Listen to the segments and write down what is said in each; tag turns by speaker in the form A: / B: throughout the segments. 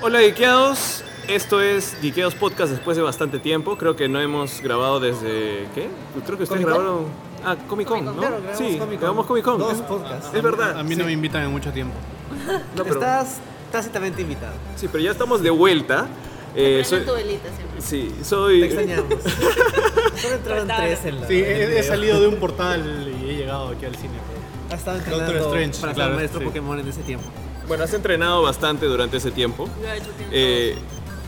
A: Hola Geekeados, esto es Geekeados Podcast después de bastante tiempo. Creo que no hemos grabado desde. ¿Qué? Creo que ustedes
B: Comic-Con.
A: grabaron. Ah, Comic Con, ¿no?
B: Comic-Con, claro, grabamos
A: sí,
B: Comic-Con.
A: grabamos Comic Con.
B: Dos
A: Es,
B: podcasts.
A: es verdad.
C: A mí no me invitan en mucho tiempo.
A: No, pero-
B: Estás tácitamente invitado.
A: sí, pero ya estamos de vuelta. Eh,
D: Prende
A: soy-
D: tu velita siempre.
A: sí,
B: Te
A: soy.
B: extrañamos. Solo entraron tres en la.
C: Sí,
B: en el
C: he, he
B: video.
C: salido de un portal y he llegado aquí al cine.
B: Ha estado
C: Doctor
B: entrenando
C: Strange,
B: para ser
C: claro,
B: maestro
C: sí.
B: Pokémon en ese tiempo.
A: Bueno, has entrenado bastante durante ese tiempo.
D: Lo ha hecho tiempo.
A: Eh,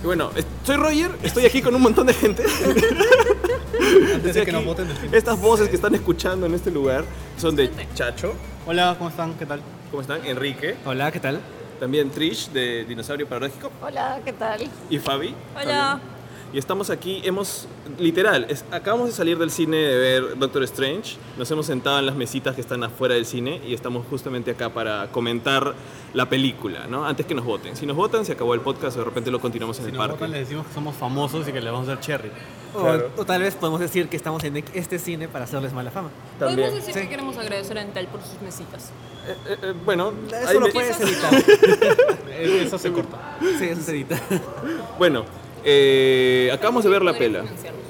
A: y bueno, es- soy Roger, estoy aquí con un montón de gente.
C: Antes
A: Estoy
C: de que nos
A: aquí.
C: voten del cine.
A: Estas voces que están escuchando en este lugar son de Chacho,
C: Hola, ¿cómo están? ¿Qué tal?
A: ¿cómo están? Enrique,
B: Hola, ¿qué tal?
A: también Trish de Dinosaurio Paradójico
D: Hola, ¿qué tal?
A: y Fabi.
D: Hola.
A: también. Y estamos aquí, hemos, literal, es- acabamos de salir del cine de ver Doctor Strange, nos hemos sentado en las mesitas que están afuera del cine y estamos justamente acá para comentar la película, ¿no? Antes que nos voten. Si nos votan, se acabó el podcast, de repente lo continuamos en
C: Si
A: el
C: nos
A: parque.
C: votan, les decimos que somos famosos y que les vamos a dar cherry.
B: O,
A: Claro.
B: o tal vez podemos decir que estamos en este cine para hacerles mala fama.
A: También.
D: Podemos decir
B: Sí.
D: que queremos agradecer a Entel por sus mesitas.
A: Eh, eh, eh, bueno, ahí
B: Eso lo
A: le-
B: puedes
D: Quizás
B: editar.
C: Eh, Eso se corta.
B: Sí, eso se edita.
A: bueno eh, acabamos de ver la
D: Podrían
A: pela.
D: financiarnos.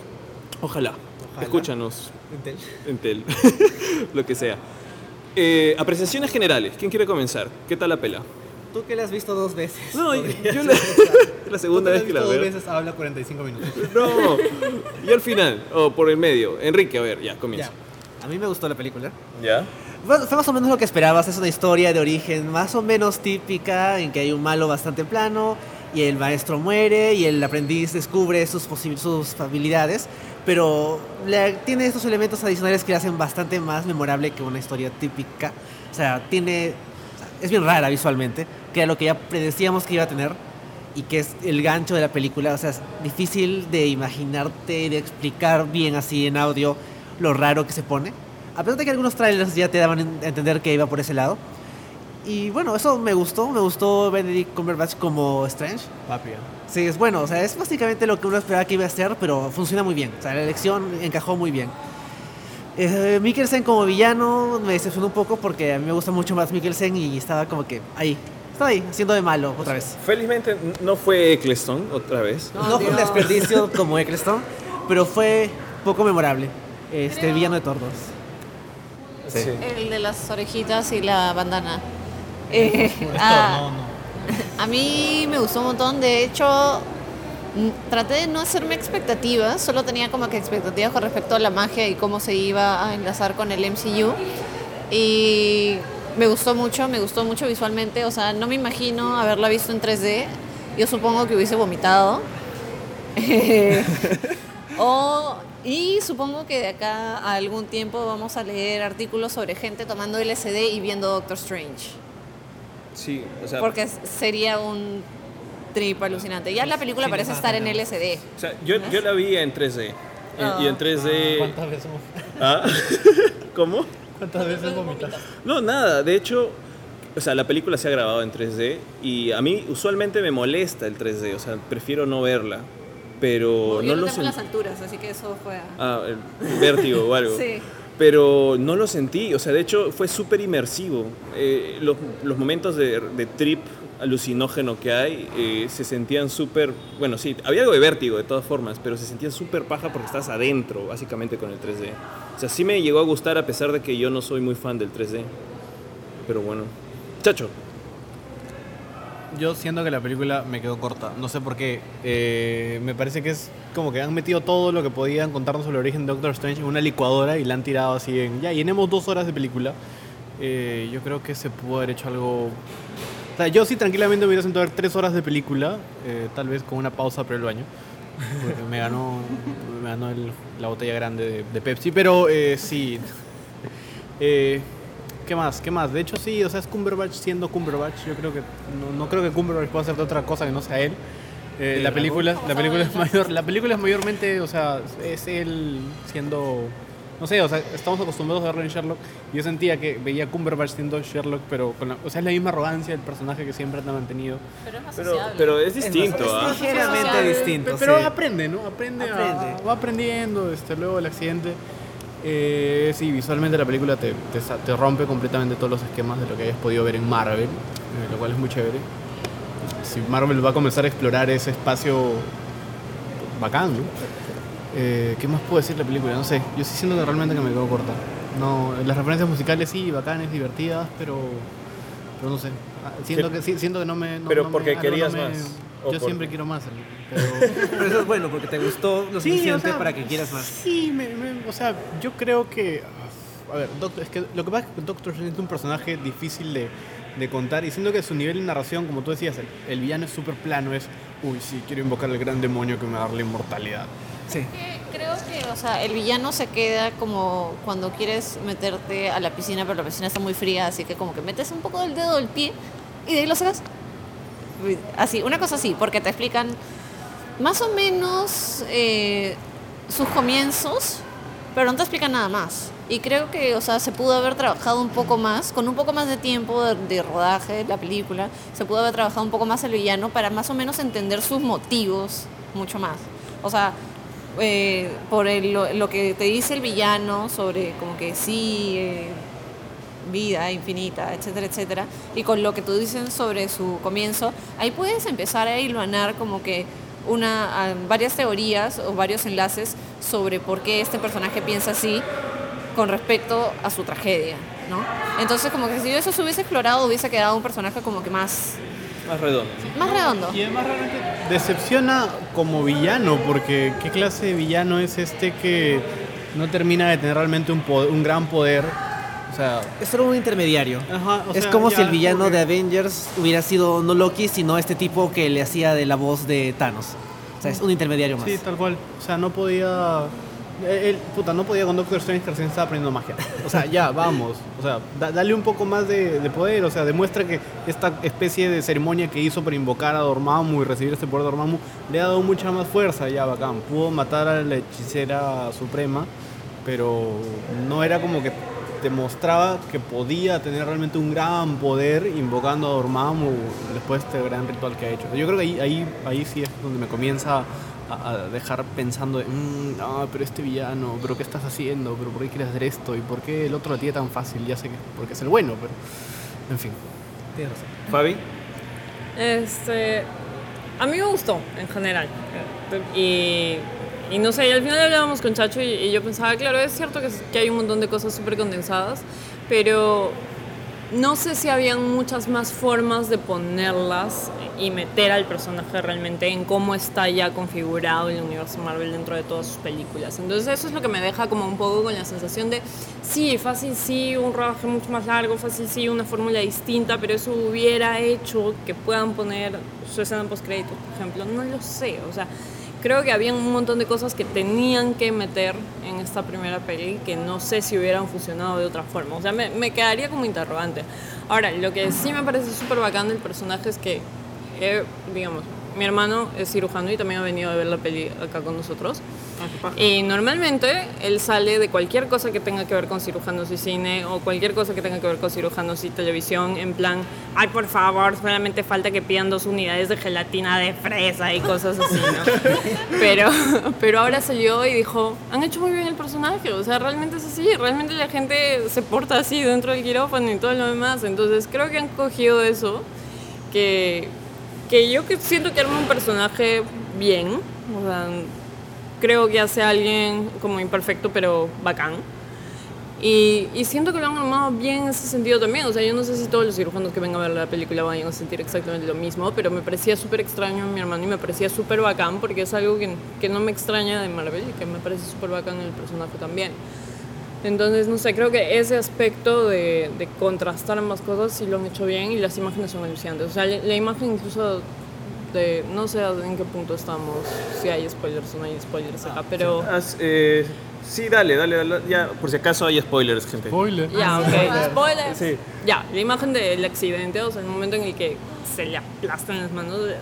A: Ojalá. Escúchanos,
B: Entel.
A: Entel, lo que sea. Eh, apreciaciones generales. ¿Quién quiere comenzar? ¿Qué tal la pela?
B: Tú que la has visto dos veces.
A: No, yo,
B: podrías
A: yo la, la segunda vez que la
C: Dos
A: veo.
C: veces habla 45 minutos.
A: No, y al final, o por el medio. Enrique, a ver, ya, comienza.
B: Ya. A mí me gustó la película.
A: ¿Ya?
B: Bueno, fue más o menos lo que esperabas. Es una historia de origen más o menos típica, en que hay un malo bastante plano, y el maestro muere, y el aprendiz descubre sus, posi- sus habilidades, pero le- tiene estos elementos adicionales que la hacen bastante más memorable que una historia típica. O sea, tiene. o sea, Es bien rara visualmente, que era lo que ya predecíamos que iba a tener, y que es el gancho de la película. O sea, es difícil de imaginarte, de explicar bien así en audio lo raro que se pone. A pesar de que algunos trailers ya te daban a entender que iba por ese lado. Y bueno, eso me gustó. Me gustó Benedict Cumberbatch como Strange.
C: Papi, ¿eh?
B: Sí, es bueno. O sea, es básicamente lo que uno esperaba que iba a ser, pero funciona muy bien. O sea, la elección encajó muy bien. Eh, Mikkelsen como villano me decepcionó un poco porque a mí me gusta mucho más Mikkelsen y estaba como que ahí. Estaba ahí, haciendo de malo otra vez.
A: Felizmente n- no fue Eccleston otra vez.
B: No, fue un desperdicio como Eccleston, pero fue poco memorable. Este,
D: Creo-
B: villano de tordos. Sí.
D: El de las orejitas y la bandana. Eh, ah,
C: No, no.
D: a mí me gustó un montón. De hecho, mm, traté de no hacerme expectativas. Solo tenía como que expectativas con respecto a la magia y cómo se iba a enlazar con el MCU. Y me gustó mucho, me gustó mucho visualmente. O sea, no me imagino haberla visto en 3D. Yo supongo que hubiese vomitado. Eh, O- y supongo que de acá a algún tiempo vamos a leer artículos sobre gente tomando LSD y viendo Doctor Strange.
A: Sí, o sea,
D: Porque s- sería un trip alucinante. Ya la película
B: Sí,
D: parece
B: no,
D: estar en
B: no.
D: LSD.
A: o sea, yo, yo la vi en 3D. Y- Y en 3D...
C: ¿Cuántas veces, hemos-
A: ¿Ah? ¿Cómo?
C: cuántas veces vomitas?
A: No, nada, de hecho, o sea, la película se ha grabado en 3D y a mí usualmente me molesta el 3D, o sea, prefiero no verla, pero no lo sentí.
D: alturas, así que eso fue...
A: Ah, el vértigo o algo.
D: Sí.
A: Pero no lo sentí, o sea, de hecho fue súper inmersivo. Eh, los, los momentos de, de trip alucinógeno que hay eh, se sentían súper, bueno, sí, había algo de vértigo de todas formas, pero se sentían súper paja porque estás adentro, básicamente, con el 3D. O sea, sí me llegó a gustar a pesar de que yo no soy muy fan del 3D. Pero bueno. Chacho,
C: Yo siento que la película me quedó corta. No sé por qué. Eh, me parece que es como que han metido todo lo que podían contarnos sobre el origen de Doctor Strange en una licuadora y la han tirado así en. Ya, llenemos dos horas de película. Eh, yo creo que se pudo haber hecho algo. O sea, yo sí tranquilamente me hubiera sentado a ver tres horas de película, eh, tal vez con una pausa para el baño. Porque me ganó, me ganó el- la botella grande de, de Pepsi. Pero eh, sí. Eh, ¿Qué más? ¿Qué más? De hecho, sí, o sea, es Cumberbatch siendo Cumberbatch. Yo creo que. No, no creo que Cumberbatch pueda hacer otra cosa que no sea él. Eh, la película, la película es mayor, la película es mayormente, o sea, es él siendo. No sé, o sea, estamos acostumbrados a verlo en Sherlock. Yo sentía que veía a Cumberbatch siendo Sherlock, pero con la- o sea, es la misma arrogancia del personaje que siempre han mantenido.
D: Pero es más
A: pero,
D: sociable.
A: pero es
B: Es
A: distinto, ¿ah?
B: más- Es ligeramente
D: Sí.
B: distinto.
C: Pero
B: sí.
C: aprende, ¿no? Aprende, a-
B: Aprende.
C: va aprendiendo este, luego el accidente. Eh, sí, visualmente la película te, te sa- te rompe completamente todos los esquemas de lo que hayas podido ver en Marvel, eh, lo cual es muy chévere. si Marvel va a comenzar a explorar ese espacio bacán, ¿no? Eh, ¿Qué más puedo decir de la película? No sé, yo sí siento que realmente que me quedo corta. No, las referencias musicales sí, bacanes, divertidas, pero, pero no sé. Ah, Siento
A: Pero-
C: que, sí, siento que no me... no-
A: pero
C: no me-
A: porque
C: algo
A: querías
C: me-
A: más, o
C: Yo
A: por-
C: siempre quiero más, pero...
B: Pero eso es bueno porque te gustó lo
C: o
B: suficiente
C: sea,
B: para que quieras más.
C: Sí, me- me- o sea, yo creo que. A ver, Doc- es que lo que pasa es que Doctor Strange es un personaje difícil de, de contar y siento que su nivel de narración, como tú decías, el, el villano es súper plano, es, uy, sí, quiero invocar al gran demonio que me va a dar la inmortalidad.
B: Sí.
D: Que Creo que, o sea, el villano se queda como cuando quieres meterte a la piscina, pero la piscina está muy fría, así que como que metes un poco del dedo del pie y de ahí lo sacas. Así, una cosa así, porque te explican más o menos eh, sus comienzos, pero no te explican nada más. Y creo que, o sea, se pudo haber trabajado un poco más, con un poco más de tiempo de, de rodaje, la película, se pudo haber trabajado un poco más el villano para más o menos entender sus motivos mucho más. O sea, eh, por el- lo, lo que te dice el villano sobre como que sí, eh, vida infinita, etcétera, etcétera, y con lo que tú dices sobre su comienzo, ahí puedes empezar a hilvanar como que una, a- varias teorías o varios enlaces sobre por qué este personaje piensa así con respecto a su tragedia, ¿no? Entonces como que si eso se hubiese explorado hubiese quedado un personaje como que más,
A: Más redondo.
D: más redondo.
C: Y además realmente decepciona como villano, porque ¿qué clase de villano es este que no termina de tener realmente un, po- un gran poder? O sea,
B: Es solo un intermediario.
C: ajá, o
B: es
C: sea,
B: como
C: ya,
B: si el villano
C: como que-
B: de Avengers hubiera sido no Loki, sino este tipo que le hacía de la voz de Thanos. O sea, es un intermediario más.
C: Sí, tal cual. O sea, no podía. eh, Él, puta, no podía con Doctor Strange que recién estaba aprendiendo magia. O sea, ya, vamos. O sea, da- dale un poco más de, de poder. O sea, demuestra que esta especie de ceremonia que hizo para invocar a Dormammu y recibir este poder de Dormammu le ha dado mucha más fuerza. Ya, bacán. Pudo matar a la hechicera suprema, pero no era como que demostraba que podía tener realmente un gran poder invocando a Dormammu después de este gran ritual que ha hecho. Yo creo que ahí, ahí, ahí sí es donde me comienza a, a dejar pensando, de, "Mm, ah, pero este villano, pero ¿qué estás haciendo? ¿Pero por qué quieres hacer esto? ¿Y por qué el otro la tiene tan fácil? Ya sé que es porque es el bueno, pero... En fin. Tienes razón.
A: Fabi,
E: Este, a mí me gustó en general.
A: Eh,
E: Y, y no sé, y al final hablábamos con Chacho y, y yo pensaba, claro, es cierto que, que hay un montón de cosas súper condensadas, pero no sé si habían muchas más formas de ponerlas y meter al personaje realmente en cómo está ya configurado el universo Marvel dentro de todas sus películas. Entonces eso es lo que me deja como un poco con la sensación de, sí, fácil sí, un rodaje mucho más largo, fácil sí, una fórmula distinta, pero eso hubiera hecho que puedan poner su escena post-crédito, por ejemplo. No lo sé, o sea, creo que había un montón de cosas que tenían que meter en esta primera peli que no sé si hubieran funcionado de otra forma. O sea, me, me quedaría como interrogante. Ahora, lo que sí me parece súper bacán del personaje es que, eh, digamos, mi hermano es cirujano y también ha venido a ver la peli acá con nosotros. Y normalmente él sale de cualquier cosa que tenga que ver con cirujanos y cine o cualquier cosa que tenga que ver con cirujanos y televisión en plan, ay por favor, solamente falta que pidan dos unidades de gelatina de fresa y cosas así, ¿no? pero, pero ahora salió y dijo, han hecho muy bien el personaje, o sea, realmente es así, realmente la gente se porta así dentro del quirófano y todo lo demás, entonces creo que han cogido eso que, que yo que siento que arma un personaje bien. O sea, creo que hace a alguien como imperfecto, pero bacán. Y, y siento que lo han armado bien en ese sentido también. O sea, yo no sé si todos los cirujanos que vengan a ver la película vayan a sentir exactamente lo mismo, pero me parecía súper extraño mi hermano y me parecía súper bacán porque es algo que, que no me extraña de Marvel y que me parece súper bacán el personaje también. Entonces, no sé, creo que ese aspecto de, de contrastar ambas cosas sí lo han hecho bien y las imágenes son alucinantes. O sea, la, la imagen incluso de, no sé en qué punto estamos, si hay spoilers o no hay spoilers acá, pero...
A: haz, eh, sí, dale, dale, dale, ya, por si acaso hay spoilers, gente.
C: Spoiler.
E: Ya, ok. Spoilers.
A: Sí.
E: Ya, la imagen del accidente, o sea, el momento en el que se le aplastan las manos. eh,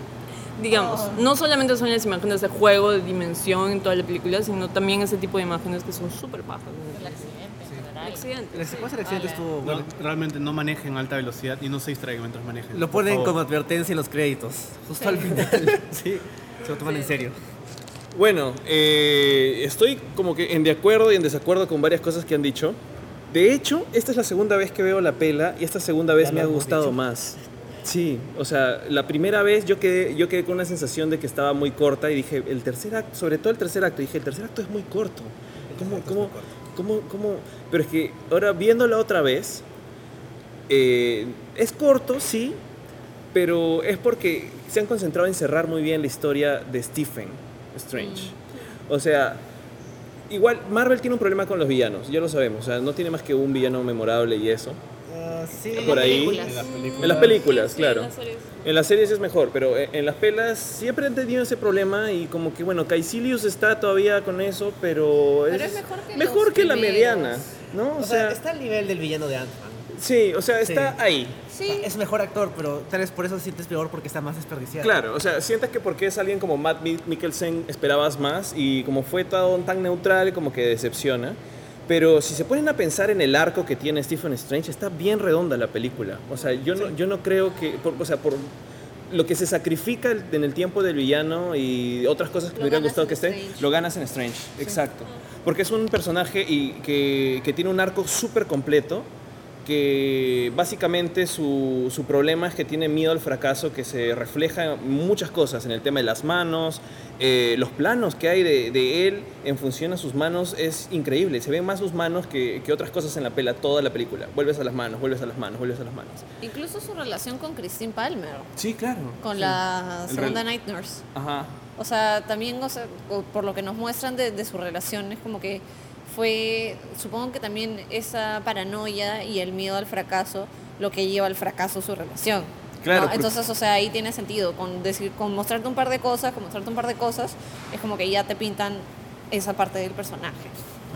E: Digamos, no solamente son las imágenes de juego, de dimensión en toda la película, sino también ese tipo de imágenes que son súper bajas. El accidente. El accidente.
B: La secuencia del accidente estuvo
C: No,
B: buena.
C: realmente no manejen a alta velocidad y no se distraigan mientras manejen.
B: Lo
C: por
B: ponen
C: favor.
B: como advertencia en los créditos, justo al final. sí, se lo toman en serio.
A: Bueno, eh, estoy como que en de acuerdo y en desacuerdo con varias cosas que han dicho. De hecho, esta es la segunda vez que veo la pela y esta segunda vez me ha gustado más. Sí, o sea, la primera vez yo quedé, yo quedé con una sensación de que estaba muy corta y dije, el tercer acto, sobre todo el tercer acto, dije, el tercer acto es muy corto. ¿Cómo, cómo, cómo, cómo? Pero es que ahora viéndola otra vez, eh, es corto, sí, pero es porque se han concentrado en cerrar muy bien la historia de Stephen Strange.
E: Mm.
A: O sea, igual Marvel tiene un problema con los villanos, ya lo sabemos, o sea, no tiene más que un villano memorable y eso.
B: Ah, sí.
A: Por ahí.
D: películas.
A: En
D: En
A: las
D: las
A: películas,
E: Ah, Sí, sí, en
A: claro.
E: las series.
A: En las series es mejor, pero en en las pelas siempre han tenido ese problema y como que, bueno, Caecilius está todavía con eso, pero es,
E: Pero es mejor
A: que
E: que los
A: la
E: primeros.
A: mediana, ¿no? O,
B: O sea,
A: sea,
B: está al nivel del villano de Ant-Man.
A: sí, o sea, está
B: Sí.
A: ahí.
D: Sí.
B: Es mejor actor, pero tal vez por eso sientes peor porque está más desperdiciado.
A: Claro, o sea, sientes que porque es alguien como Matt Mi- Mikkelsen esperabas más y como fue tan, tan neutral, como que decepciona. Pero si se ponen a pensar en el arco que tiene Stephen Strange, está bien redonda la película. O sea, yo no, yo no creo que. por- o sea, por lo que se sacrifica el- en el tiempo del villano y otras cosas que
D: Lo
A: me hubieran
D: ganas
A: gustado
D: en
A: que estén,
D: Strange.
A: lo ganas en Strange. Exacto. Porque es un personaje y que, que tiene un arco súper completo que básicamente su, su problema es que tiene miedo al fracaso que se refleja en muchas cosas, en el tema de las manos, eh, los planos que hay de, de él en función a sus manos es increíble, se ven más sus manos que, que otras cosas en la pela, toda la película, vuelves a las manos, vuelves a las manos, vuelves a las manos.
D: Incluso su relación con Christine Palmer,
A: Sí, claro.
D: con la
A: El
D: segunda
A: rel-
D: Night Nurse.
A: Ajá.
D: O sea, también, o sea, o- por lo que nos muestran de, de su relación, es como que fue, supongo que también esa paranoia y el miedo al fracaso, lo que lleva al fracaso su relación.
A: Claro,
D: ¿no?
A: porque-
D: Entonces, o sea, ahí tiene sentido, con, decir, con mostrarte un par de cosas, con mostrarte un par de cosas, es como que ya te pintan esa parte del personaje.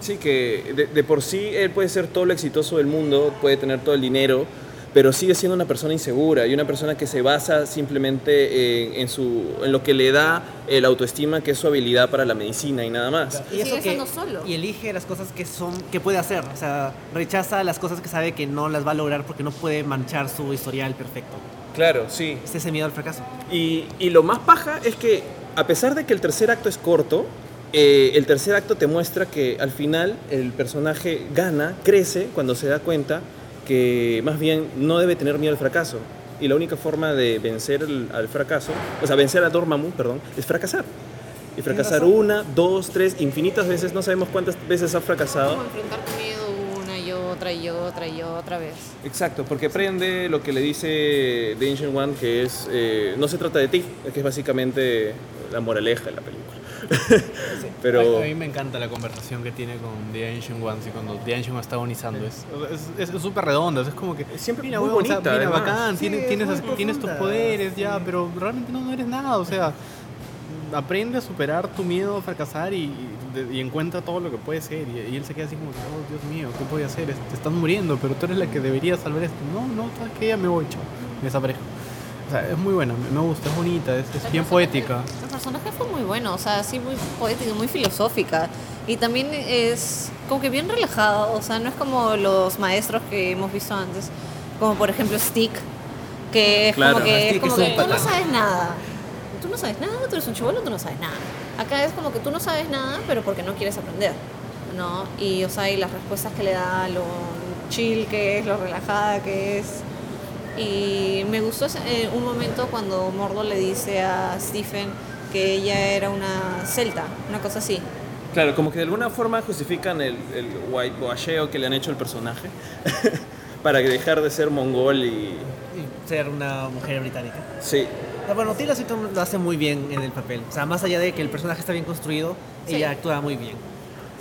A: Sí, que de, de por sí él puede ser todo lo exitoso del mundo, puede tener todo el dinero, pero sigue siendo una persona insegura y una persona que se basa simplemente en, en su, en lo que le da el autoestima, que es su habilidad para la medicina y nada más.
D: Y sigue estando solo.
B: y elige las cosas que son que puede hacer, o sea, rechaza las cosas que sabe que no las va a lograr porque no puede manchar su historial perfecto.
A: Claro, sí.
B: Es ese miedo al fracaso.
A: Y, y lo más paja es que, a pesar de que el tercer acto es corto, eh, el tercer acto te muestra que al final el personaje gana, crece cuando se da cuenta que más bien no debe tener miedo al fracaso. Y la única forma de vencer el- al fracaso, o sea, vencer a Dormammu, perdón, es fracasar. Y fracasar
B: razón.
A: una, dos, tres, infinitas veces, no sabemos cuántas veces ha fracasado.
D: Como enfrentar tu miedo una y otra y otra y otra vez.
A: Exacto, porque aprende lo que le dice The Ancient One, que es, eh, no se trata de ti, que es básicamente la moraleja de la película. Pero
C: A mí me encanta la conversación que tiene con The Ancient Ones y cuando The Ancient One está agonizando. Es es- es súper redonda, es como que.
A: siempre
C: mira,
A: muy
C: huevón, o sea,
A: bonita,
C: mira,
A: además.
C: bacán,
B: Sí,
C: tienes,
B: es
C: tienes,
B: muy
C: as- tienes tus
B: profunda,
C: poderes ya,
B: sí.
C: pero realmente no, no eres nada, o sea. Aprende a superar tu miedo a fracasar y, y de- y encuentra todo lo que puede ser. Y, y él se queda así como, que, oh Dios mío, ¿qué podía hacer? Es- Te están muriendo, pero tú eres la que debería salvar esto. No, no, sabes que ya me voy, chao. Me desaparezco. O sea, es muy buena, me me gusta, es bonita, es, es bien poética.
D: El personaje fue muy bueno, o sea, sí, muy poética, muy filosófica. Y también es como que bien relajado, o sea, no es como los maestros que hemos visto antes, como por ejemplo Stick, que es
A: Claro,
D: como que,
B: Stick
D: es como
B: es un
D: que tú no
B: patán.
D: sabes nada. Tú no sabes nada, tú eres un chivolo, tú no sabes nada. Acá es como que tú no sabes nada, pero porque no quieres aprender, ¿no? Y, o sea, y las respuestas que le da, lo chill que es, lo relajada que es. Y me gustó ese- eh, un momento cuando Mordo le dice a Stephen que ella era una celta, una cosa así.
A: claro, como que de alguna forma justifican el, el whitewasheo que le han hecho al personaje para dejar de ser mongol y...
B: Y ser una mujer británica.
A: Sí,
B: Ah, Bueno, Tilda Swinton lo hace muy bien en el papel. O sea, más allá de que el personaje está bien construido,
D: Sí.
B: ella actúa muy bien.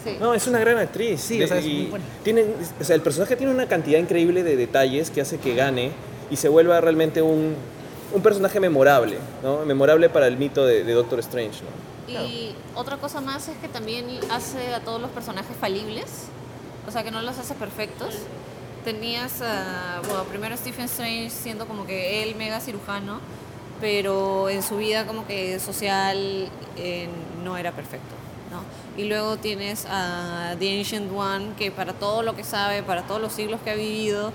D: Sí.
A: No, es una gran actriz.
B: Sí,
A: De-
B: o sea, es
A: y
B: muy buena.
A: tiene- o sea, el personaje tiene una cantidad increíble de detalles que hace que gane y se vuelva realmente un, un personaje memorable, ¿no? Memorable para el mito de, de Doctor Strange, ¿no?
D: Y otra cosa más es que también hace a todos los personajes falibles, o sea que no los hace perfectos. Tenías, a, bueno, primero Stephen Strange siendo como que el mega cirujano, pero en su vida como que social eh, no era perfecto. ¿no? Y luego tienes a The Ancient One, que para todo lo que sabe, para todos los siglos que ha vivido,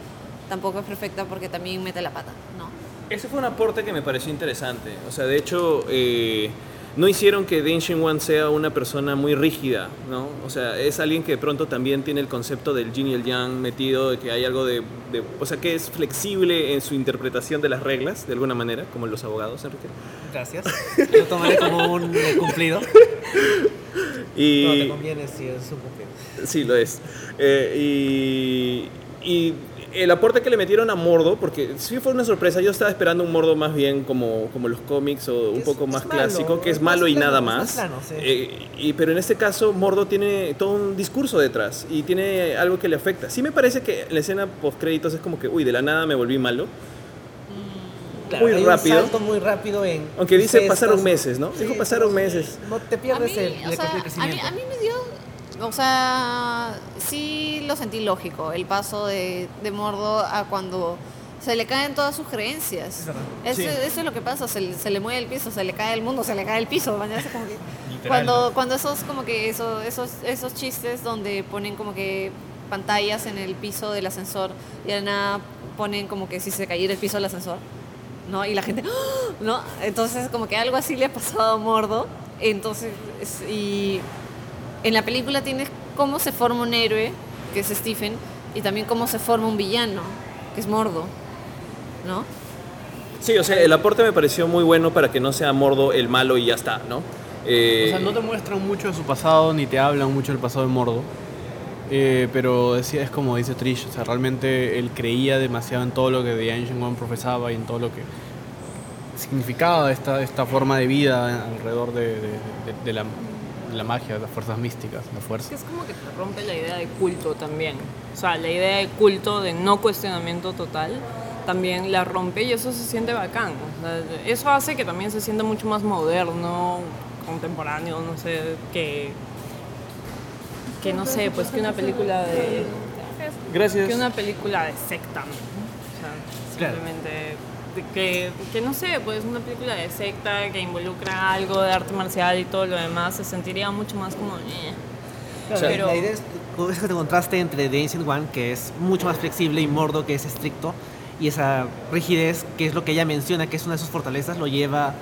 D: tampoco es perfecta porque también mete la pata. ¿no?
A: Ese fue un aporte que me pareció interesante. O sea, de hecho, eh, no hicieron que Dane Shin-wan sea una persona muy rígida, ¿no? O sea, es alguien que de pronto también tiene el concepto del yin y el yang metido, de que hay algo de, de- O sea, que es flexible en su interpretación de las reglas, de alguna manera, como los abogados, Enrique.
B: Gracias. Lo tomaré como un eh, cumplido.
A: Y...
B: No, te conviene si es un cumplido.
A: Sí, lo es. Eh, y, y el aporte que le metieron a Mordo, porque sí fue una sorpresa, yo estaba esperando un Mordo más bien como, como los cómics o un
B: es-
A: poco
B: es
A: más
B: malo,
A: clásico, que es
B: es
A: malo
B: más
A: y nada
B: plano, es más
A: más.
B: plano, sí.
A: Eh, y, pero en este caso Mordo tiene todo un discurso detrás y tiene algo que le afecta. Sí me parece que la escena post créditos es como que, uy, de la nada me volví malo.
B: Claro,
A: Muy
B: hay
A: rápido.
B: Un salto muy rápido en.
A: Aunque dice
B: ustedes
A: pasaron
B: están-
A: meses, ¿no? Dijo pasaron
B: sí,
A: meses.
B: No te
D: A
B: pierdes
D: mí,
B: el,
D: o
B: el
D: sea, a, mí,
B: crecimiento.
D: a mí me dio, o sea, sí lo sentí lógico, el paso de, de Mordo a cuando se le caen todas sus creencias.
B: Es verdad.
D: Eso,
C: Sí.
D: eso es lo que pasa, se, le- se le mueve el piso, se le cae el mundo, se le cae el piso. man, ya sé como que-
C: Literal.
D: cuando, cuando esos, como que eso- esos, esos chistes donde ponen como que pantallas en el piso del ascensor y de la nada ponen como que si se cayera el piso del ascensor. ¿no? Y la gente, ¡Ah! ¿no? Entonces, como que algo así le ha pasado a Mordo. Entonces, es- y en la película tienes cómo se forma un héroe, que es Stephen, y también cómo se forma un villano, que es Mordo, ¿no?
A: Sí, o sea, el aporte me pareció muy bueno para que no sea Mordo el malo y ya está, ¿no? Eh,
C: O sea, no te muestran mucho de su pasado ni te hablan mucho del pasado de Mordo. Eh, pero decía, es como dice Trish, o sea, realmente él creía demasiado en todo lo que The Ancient One profesaba y en todo lo que significaba esta, esta forma de vida alrededor de, de- de- de la, de la magia, de las fuerzas místicas, la
E: Es
C: fuerza.
E: que es como que te rompe la idea de culto también. O sea, la idea de culto, de no cuestionamiento total, también la rompe y eso se siente bacán. O sea, eso hace que también se sienta mucho más moderno, contemporáneo, no sé, que. que no sé, pues que una película de.
C: Gracias.
E: que una película de secta. ¿no? O sea,
B: Claro.
E: simplemente. de Que, que no sé, pues una película de secta que involucra algo de arte marcial y todo lo demás, se sentiría mucho más como. "Eh".
B: Claro,
E: Pero-
B: La idea es como ese contraste entre The Ancient One, que es mucho más flexible, y Mordo, que es estricto, y esa rigidez, que es lo que ella menciona, que es una de sus fortalezas, lo lleva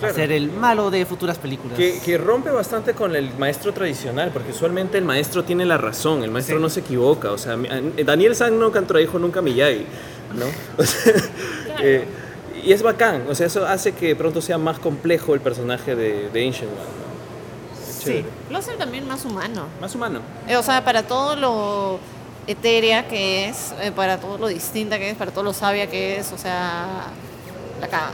A: Claro.
B: a ser el malo de futuras películas.
A: Que, que rompe bastante con el maestro tradicional, porque usualmente el maestro tiene la razón, el maestro no se equivoca. O sea, mi- a- Daniel San no contradijo nunca a Miyagi, ¿no? O sea, eh, y es bacán, o sea, eso hace que de pronto sea más complejo el personaje de, de Ancient One, ¿no? Es chévere.
D: Lo hace también más humano.
A: Más humano.
D: Eh, O sea, para todo lo etérea que es, eh, para todo lo distinta que es, para todo lo sabia que es, o sea, la caga.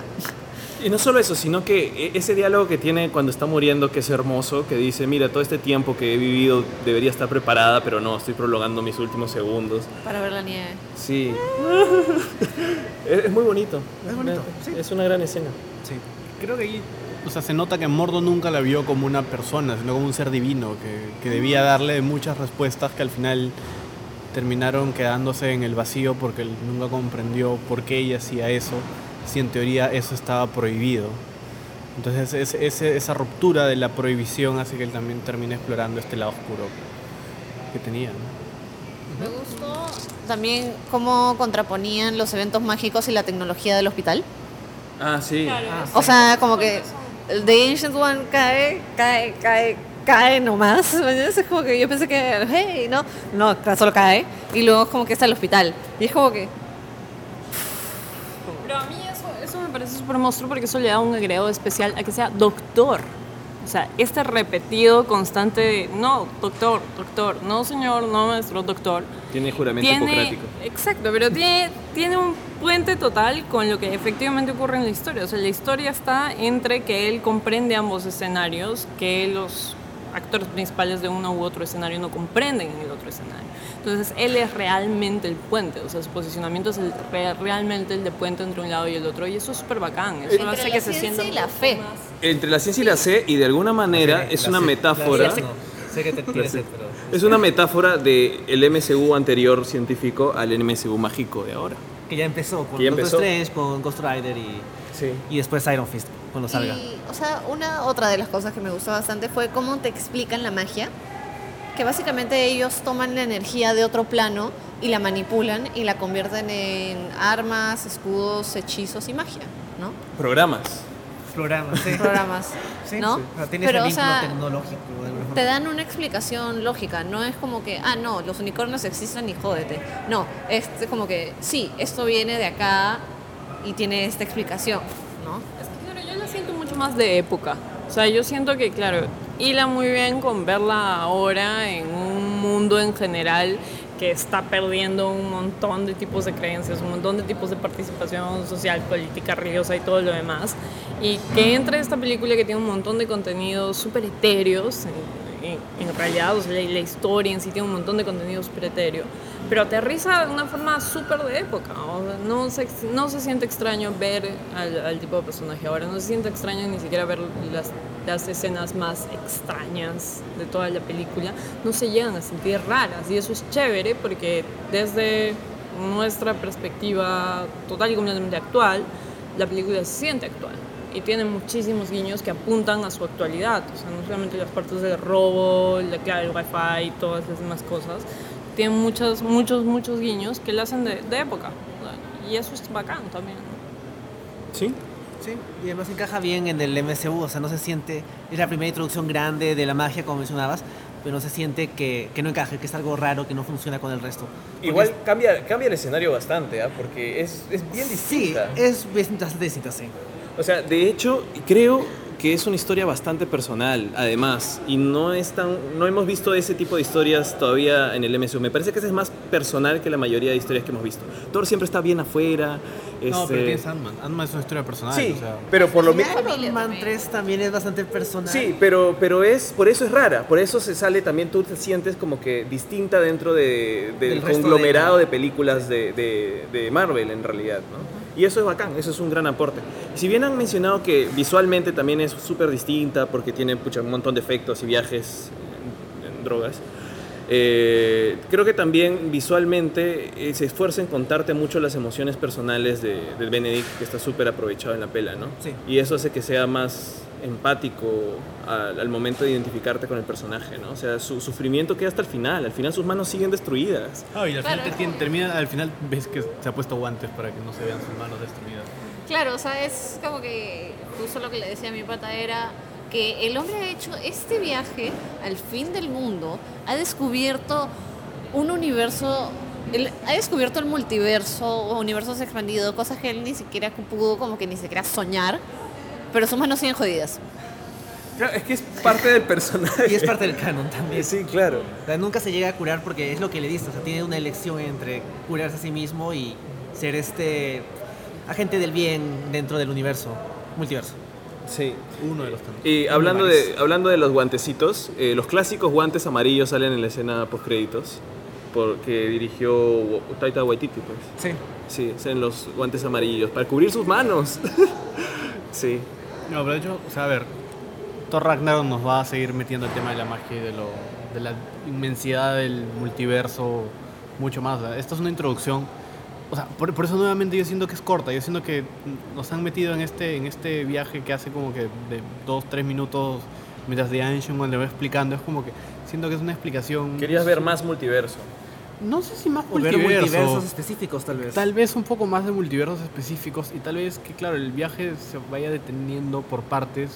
A: Y no solo eso, sino que e- ese diálogo que tiene cuando está muriendo, que es hermoso, que dice, mira, todo este tiempo que he vivido debería estar preparada, pero no, estoy prolongando mis últimos segundos.
D: Para ver la nieve.
A: Sí. es, es muy bonito.
B: Es bonito, sí.
A: Es una gran escena.
C: Sí. Creo que ahí, o sea, se nota que Mordo nunca la vio como una persona, sino como un ser divino, que, que debía darle muchas respuestas que al final terminaron quedándose en el vacío porque él nunca comprendió por qué ella hacía eso, si en teoría eso estaba prohibido. Entonces es- ese- esa ruptura de la prohibición hace que él también termine explorando este lado oscuro que tenía. ¿no?
D: Me gustó también cómo contraponían los eventos mágicos y la tecnología del hospital.
A: Ah, sí.
D: O sea, como que el The Ancient One cae, cae, cae, cae nomás. ¿entiendes? Es como que yo pensé que, hey, no, no, acá solo cae. Y luego es como que está el hospital. Y es como que,
E: Pero a mí eso, eso me parece súper monstruo porque eso le da un agregado especial a que sea doctor. O sea, este repetido constante de, no, doctor, doctor, no señor, no maestro, doctor.
A: Tiene juramento
E: Tiene,
A: hipocrático.
E: exacto, pero tiene, tiene un puente total con lo que efectivamente ocurre en la historia. O sea, la historia está entre que él comprende ambos escenarios, que los actores principales de uno u otro escenario no comprenden en el otro escenario. Entonces, él es realmente el puente, o sea, su posicionamiento es el- re- realmente el de puente entre un lado y el otro, y eso es súper bacán, eso
D: Entre
E: hace
D: la
E: que se
D: ciencia
E: sienta...
D: y
E: un
D: la
E: poco
D: fe.
E: más-
A: Entre la ciencia y la C, y de alguna manera es una metáfora.
B: sé que te tienes pero.
A: Es una metáfora del el MCU anterior científico al MCU mágico de ahora.
B: Que ya empezó con
A: Que ya
B: Doctor
A: empezó.
B: Strange, con Ghost Rider y,
A: Sí.
B: y después Iron Fist, cuando salga.
D: Y, o sea, una otra de las cosas que me gustó bastante fue cómo te explican la magia. Que básicamente ellos toman la energía de otro plano y la manipulan y la convierten en armas, escudos, hechizos y magia, ¿no?
A: Programas.
B: programas, sí.
D: programas,
B: Sí,
D: ¿no?
B: sí. O sea, tienes
D: Pero,
B: el
D: o
B: vínculo
D: sea,
B: tecnológico de alguna forma.
D: te dan una explicación lógica, no es como que, ah, no, los unicornios existen y jódete. No, es como que, sí, esto viene de acá y tiene esta explicación, ¿no?
E: Es que, claro, yo la siento mucho más de época. O sea, yo siento que, claro, hila muy bien con verla ahora en un mundo en general que está perdiendo un montón de tipos de creencias, un montón de tipos de participación social, política, religiosa y todo lo demás. Y que entre esta película que tiene un montón de contenidos súper etéreos, en, en- en realidad, o sea, la, la historia en sí tiene un montón de contenidos súper etéreo, pero aterriza de una forma súper de época. o sea, no, se, ex- no se siente extraño ver al, al tipo de personaje ahora, no se siente extraño ni siquiera ver las, las escenas más extrañas de toda la película, no se llegan a sentir raras y eso es chévere porque desde nuestra perspectiva total y completamente actual, la película se siente actual y tiene muchísimos guiños que apuntan a su actualidad, o sea, no solamente las partes del robo, la clave del wifi y todas las demás cosas, tiene muchos, muchos, muchos guiños que la hacen de, de época y eso es bacán también.
A: Sí.
B: Sí, y además encaja bien en el MCU, o sea, no se siente, es la primera introducción grande de la magia, como mencionabas, pero no se siente que, que no encaje, que es algo raro, que no funciona con el resto. Porque
A: Igual
B: es-
A: cambia, cambia el escenario bastante, ¿ah? porque es, es bien
B: Sí,
A: distinta.
B: es bastante distinta, sí.
A: O sea, de hecho, creo que es una historia bastante personal, además, y no es tan, no hemos visto ese tipo de historias todavía en el MSU. Me parece que ese es más personal que la mayoría de historias que hemos visto. Thor siempre está bien afuera.
C: No, pero
A: este-
C: tienes Ant-Man. Ant-Man es una historia personal.
A: Sí,
C: o sea,
A: pero por lo mismo.
B: Iron Man 3 también es bastante personal.
A: Sí, pero, pero es, por eso es rara, por eso se sale también, tú te sientes como que distinta dentro de- del
B: Del resto de-
A: conglomerado de, películas de, de- de Marvel en realidad, ¿no? Y eso es bacán, eso es un gran aporte. Si bien han mencionado que visualmente también es súper distinta porque tiene pucha, un montón de efectos y viajes en- en drogas, eh, creo que también visualmente eh, se esfuerza en contarte mucho las emociones personales de, del Benedict, que está súper aprovechado en la pela, ¿no?
B: Sí.
A: Y eso hace que sea más empático al, al momento de identificarte con el personaje, ¿no? O sea, su sufrimiento queda hasta el final, al final sus manos siguen destruidas.
C: Ah, y al final,
D: Claro,
C: te
D: es
C: tien- termina, al final ves que se ha puesto guantes para que no se vean sus manos destruidas.
D: Claro, o sea, es como que justo lo que le decía a mi pata era que el hombre ha hecho este viaje al fin del mundo, ha descubierto un universo, él ha descubierto el multiverso, o universos expandidos, cosas que él ni siquiera pudo como que ni siquiera soñar, pero sus manos siguen jodidas.
A: Claro, es que es parte del personaje.
B: Y es parte del canon también.
A: Sí, claro.
B: O sea, nunca se llega a curar porque es lo que le diste, o sea, tiene una elección entre curarse a sí mismo y ser este agente del bien dentro del universo, multiverso.
A: Sí.
C: Uno de los tantos.
A: Y
C: Uno
A: hablando de,
C: varios.
A: hablando de los guantecitos, eh, los clásicos guantes amarillos salen en la escena post-créditos, porque dirigió Wo- Taika Waititi, pues.
B: Sí.
A: Sí, en los guantes amarillos, para cubrir sus manos. sí.
C: No, pero de hecho, o sea, a ver, Thor Ragnarok nos va a seguir metiendo el tema de la magia y de, lo, de la inmensidad del multiverso mucho más. ¿verdad? Esta es una introducción. O sea, por, por eso nuevamente yo siento que es corta. Yo siento que nos han metido en este, en este viaje que hace como que de dos, tres minutos mientras The Ancient One le va explicando. Es como que siento que es una explicación...
A: Querías ver más multiverso.
C: No sé si más
B: O ver
C: multiverso.
B: multiversos específicos tal vez.
C: Tal vez un poco más de multiversos específicos y tal vez que, claro, el viaje se vaya deteniendo por partes.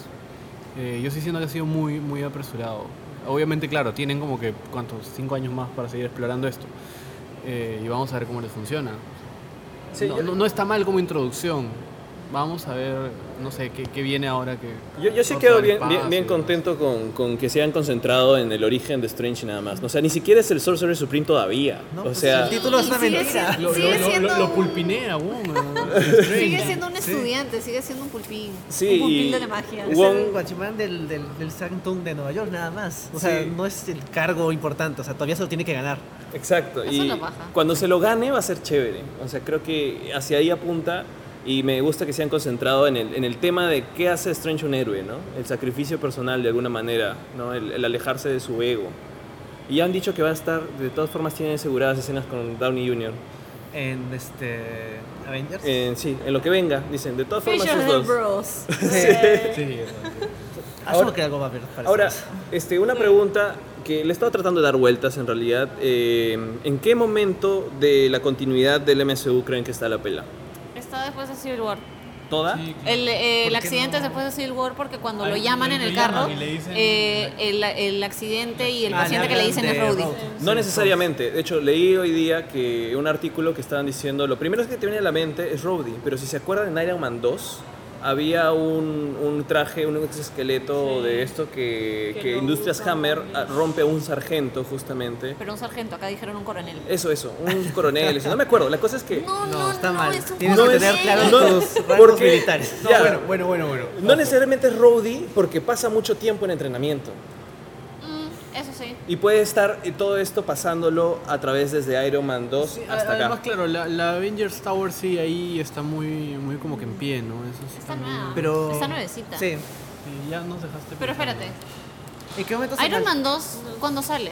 C: Eh, yo sí siento que ha sido muy, muy apresurado. Obviamente, claro, tienen como que, ¿cuántos? Cinco años más para seguir explorando esto. Eh, y vamos a ver cómo les funciona.
A: Sí,
C: no,
A: yo-
C: no- no está mal como introducción. Vamos a ver, no sé, qué, qué viene ahora que...
A: Yo, yo sí
C: Thor
A: quedo
C: sobre el
A: bien, bien, bien
C: espacio.
A: contento con, con que se hayan concentrado en el origen de Strange nada más. O sea, ni siquiera es el Sorcerer Supreme todavía.
B: ¿no?
A: o
B: Pues
A: sea,
B: el título es una
D: sigue
B: mentira.
D: siendo-
C: Lo, lo,
D: Sigue
C: lo- lo-
D: siendo
C: lo
D: un-
C: pulpinea, weón.
D: Sigue siendo un
B: Sí.
D: estudiante, sigue siendo un pulpín,
A: Sí,
D: un pulpín
A: y-
D: de la magia.
B: Es
A: Wong-
B: el guachimán del, del, del Sanctum de Nueva York, nada más. O sea,
A: Sí.
B: no es el cargo importante, o sea, todavía se lo tiene que ganar.
A: exacto.
D: Eso
A: Y
D: no baja.
A: cuando se lo gane va a ser chévere. O sea, creo que hacia ahí apunta y me gusta que se hayan concentrado en el, en el tema de qué hace Strange un héroe, ¿no? El sacrificio personal de alguna manera, ¿no? El, el alejarse de su ego. Y ya han dicho que va a estar, de todas formas tienen aseguradas escenas con Downey Jr.
B: En este. Avengers.
A: En- Eh, sí, en lo que venga, dicen, de todas formas esos dos.
D: Bros.
C: Sí,
B: Asumo
A: ahora-
B: Ah, que algo va a haber. parece.
A: Ahora, este, una pregunta que le he estado tratando de dar vueltas en realidad. eh, ¿En qué momento de la continuidad del MCU creen que está la pela?
D: Está después de Civil War.
A: ¿Toda?
C: Sí, claro.
D: El, eh,
C: ¿Por
D: el
C: qué
D: accidente
C: no?
D: es después de Civil War porque cuando
C: Ah,
D: lo
C: y
D: llaman
C: lo-
D: en
C: lo
D: el
C: llaman
D: carro,
C: y le dicen-
D: eh, el, el accidente y el
B: Ah,
D: paciente que le
B: hablan
D: dicen
B: de
D: es Rhodey.
B: Rhodey.
A: No necesariamente. De hecho, leí hoy día que un artículo que estaban diciendo, lo primero que te viene a la mente es Rhodey, pero si se acuerdan en Iron Man 2, había un, un traje, un exoesqueleto de esto que,
E: Que
A: que
E: lo
A: Industrias
E: usa
A: Hammer
E: Rhodey.
A: ah, rompe a un sargento justamente.
D: Pero un sargento, acá dijeron un coronel.
A: Eso, eso, un coronel, eso, no me acuerdo. La cosa es que...
D: No, no,
B: No,
D: no,
B: está mal.
D: es un
B: Tienes
A: No
B: que
A: es-
B: tener claros
A: no,
B: tus rangos
A: porque-
B: militares.
C: No,
A: Ya.
C: bueno, bueno, bueno, bueno.
A: No
C: Ojo.
A: necesariamente es Rhodey porque pasa mucho tiempo en entrenamiento.
D: Mm, eso sí.
A: Y puede estar eh, todo esto pasándolo a través desde Iron Man 2
C: Sí,
A: hasta acá.
C: Además, claro, la, la Avengers Tower sí ahí está muy, muy como que en pie, ¿no? Eso sí está
D: Está
C: muy-
D: nueva.
B: Pero...
D: Está nuevecita.
B: Sí.
C: Sí, ya nos dejaste.
D: Pero
C: pensando.
D: espérate,
B: ¿En qué momento se
D: Iron
B: cal-
D: Man 2, ¿cuándo sale?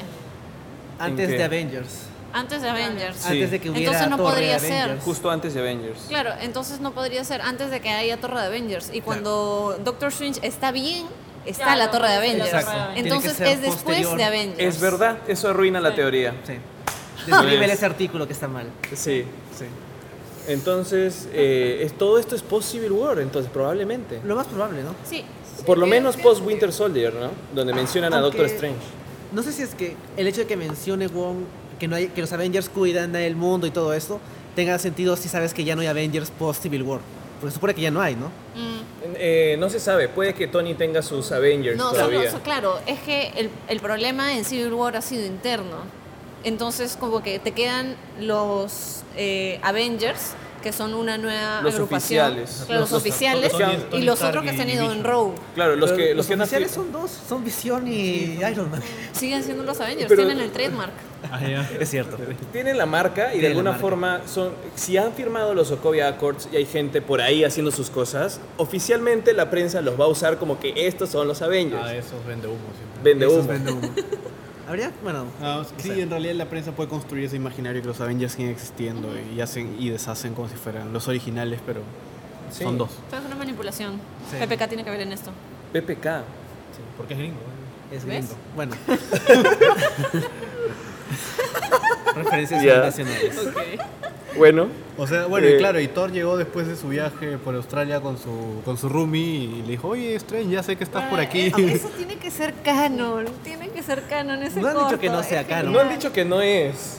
B: Antes
A: ¿En qué?
B: de Avengers.
D: Antes de Avengers.
A: Sí.
B: Antes de que hubiera
D: Entonces no
B: Torre
D: podría
B: de
D: ser.
B: Avengers.
A: Justo antes de Avengers.
D: Claro, entonces no podría ser antes de que haya Torre de Avengers. Y cuando Doctor Strange está bien, está
E: Claro,
D: la Torre de
E: es la
D: Avengers.
E: Exacto. Torre de
B: Avengers.
D: Entonces
B: Tiene que
D: es
B: ser
D: después
B: posterior.
D: de Avengers.
A: Es verdad, eso arruina la teoría.
B: Sí.
A: Pues-
B: Describe ese artículo que está mal.
A: Sí, sí. Entonces, eh, es, todo esto es post Civil War, entonces probablemente.
B: Lo más probable, ¿no?
D: Sí.
A: Por lo menos post Winter Soldier, ¿no? Donde mencionan a
B: Aunque-
A: Doctor Strange.
B: No sé si es que el hecho de que mencione Wong que, no hay, que los Avengers cuidan del mundo y todo esto tenga sentido si sabes que ya no hay Avengers post Civil War. Porque supone que ya no hay, ¿no?
D: Mm.
A: Eh, no se sabe, puede que Tony tenga sus Avengers
D: No, solo
A: todavía.
D: eso, claro, es que el, el problema en Civil War ha sido interno. Entonces, como que te quedan los eh, Avengers, que son una nueva
A: Los
D: agrupación.
A: oficiales.
D: Claro, los,
A: Los-
D: oficiales.
A: los-
D: y los otros que se han ido en Row.
A: Claro, los
B: Pero
A: que, los que han
B: oficiales
A: nacido-
B: son dos, son Visión y Iron Man.
D: Siguen siendo los Avengers,
A: Pero-
D: tienen el trademark.
B: Es cierto.
A: tienen la marca y de
B: Tienen la
A: alguna
B: marca.
A: forma son si han firmado los Sokovia Accords y hay gente por ahí haciendo sus cosas, oficialmente la prensa los va a usar como que estos son los Avengers.
C: Ah, esos vende humo siempre.
A: Vende humo.
B: Habría, bueno,
C: Ah, sí, en realidad la prensa puede construir ese imaginario que los Avengers siguen existiendo y hacen y deshacen como si fueran los originales, pero
A: Sí.
C: son dos.
D: Esto es una manipulación.
B: Sí.
D: PPK tiene que ver en esto.
A: PPK.
C: porque es gringo. ¿eh?
B: es
D: ¿Ves?
B: lindo. Bueno. Referencias
A: Ya.
B: internacionales.
A: Bueno,
C: O sea, bueno,
A: Eh.
C: y claro, y Thor llegó después de su viaje por Australia con su, con su roomie y le dijo, oye, Strange, ya sé que estás por
D: Ah,
C: aquí.
D: eh, Eso tiene que ser canon, tiene que ser canon ese
B: No han dicho
D: corto,
B: que no sea
D: es
B: canon.
A: no han
D: genial.
A: dicho que no es.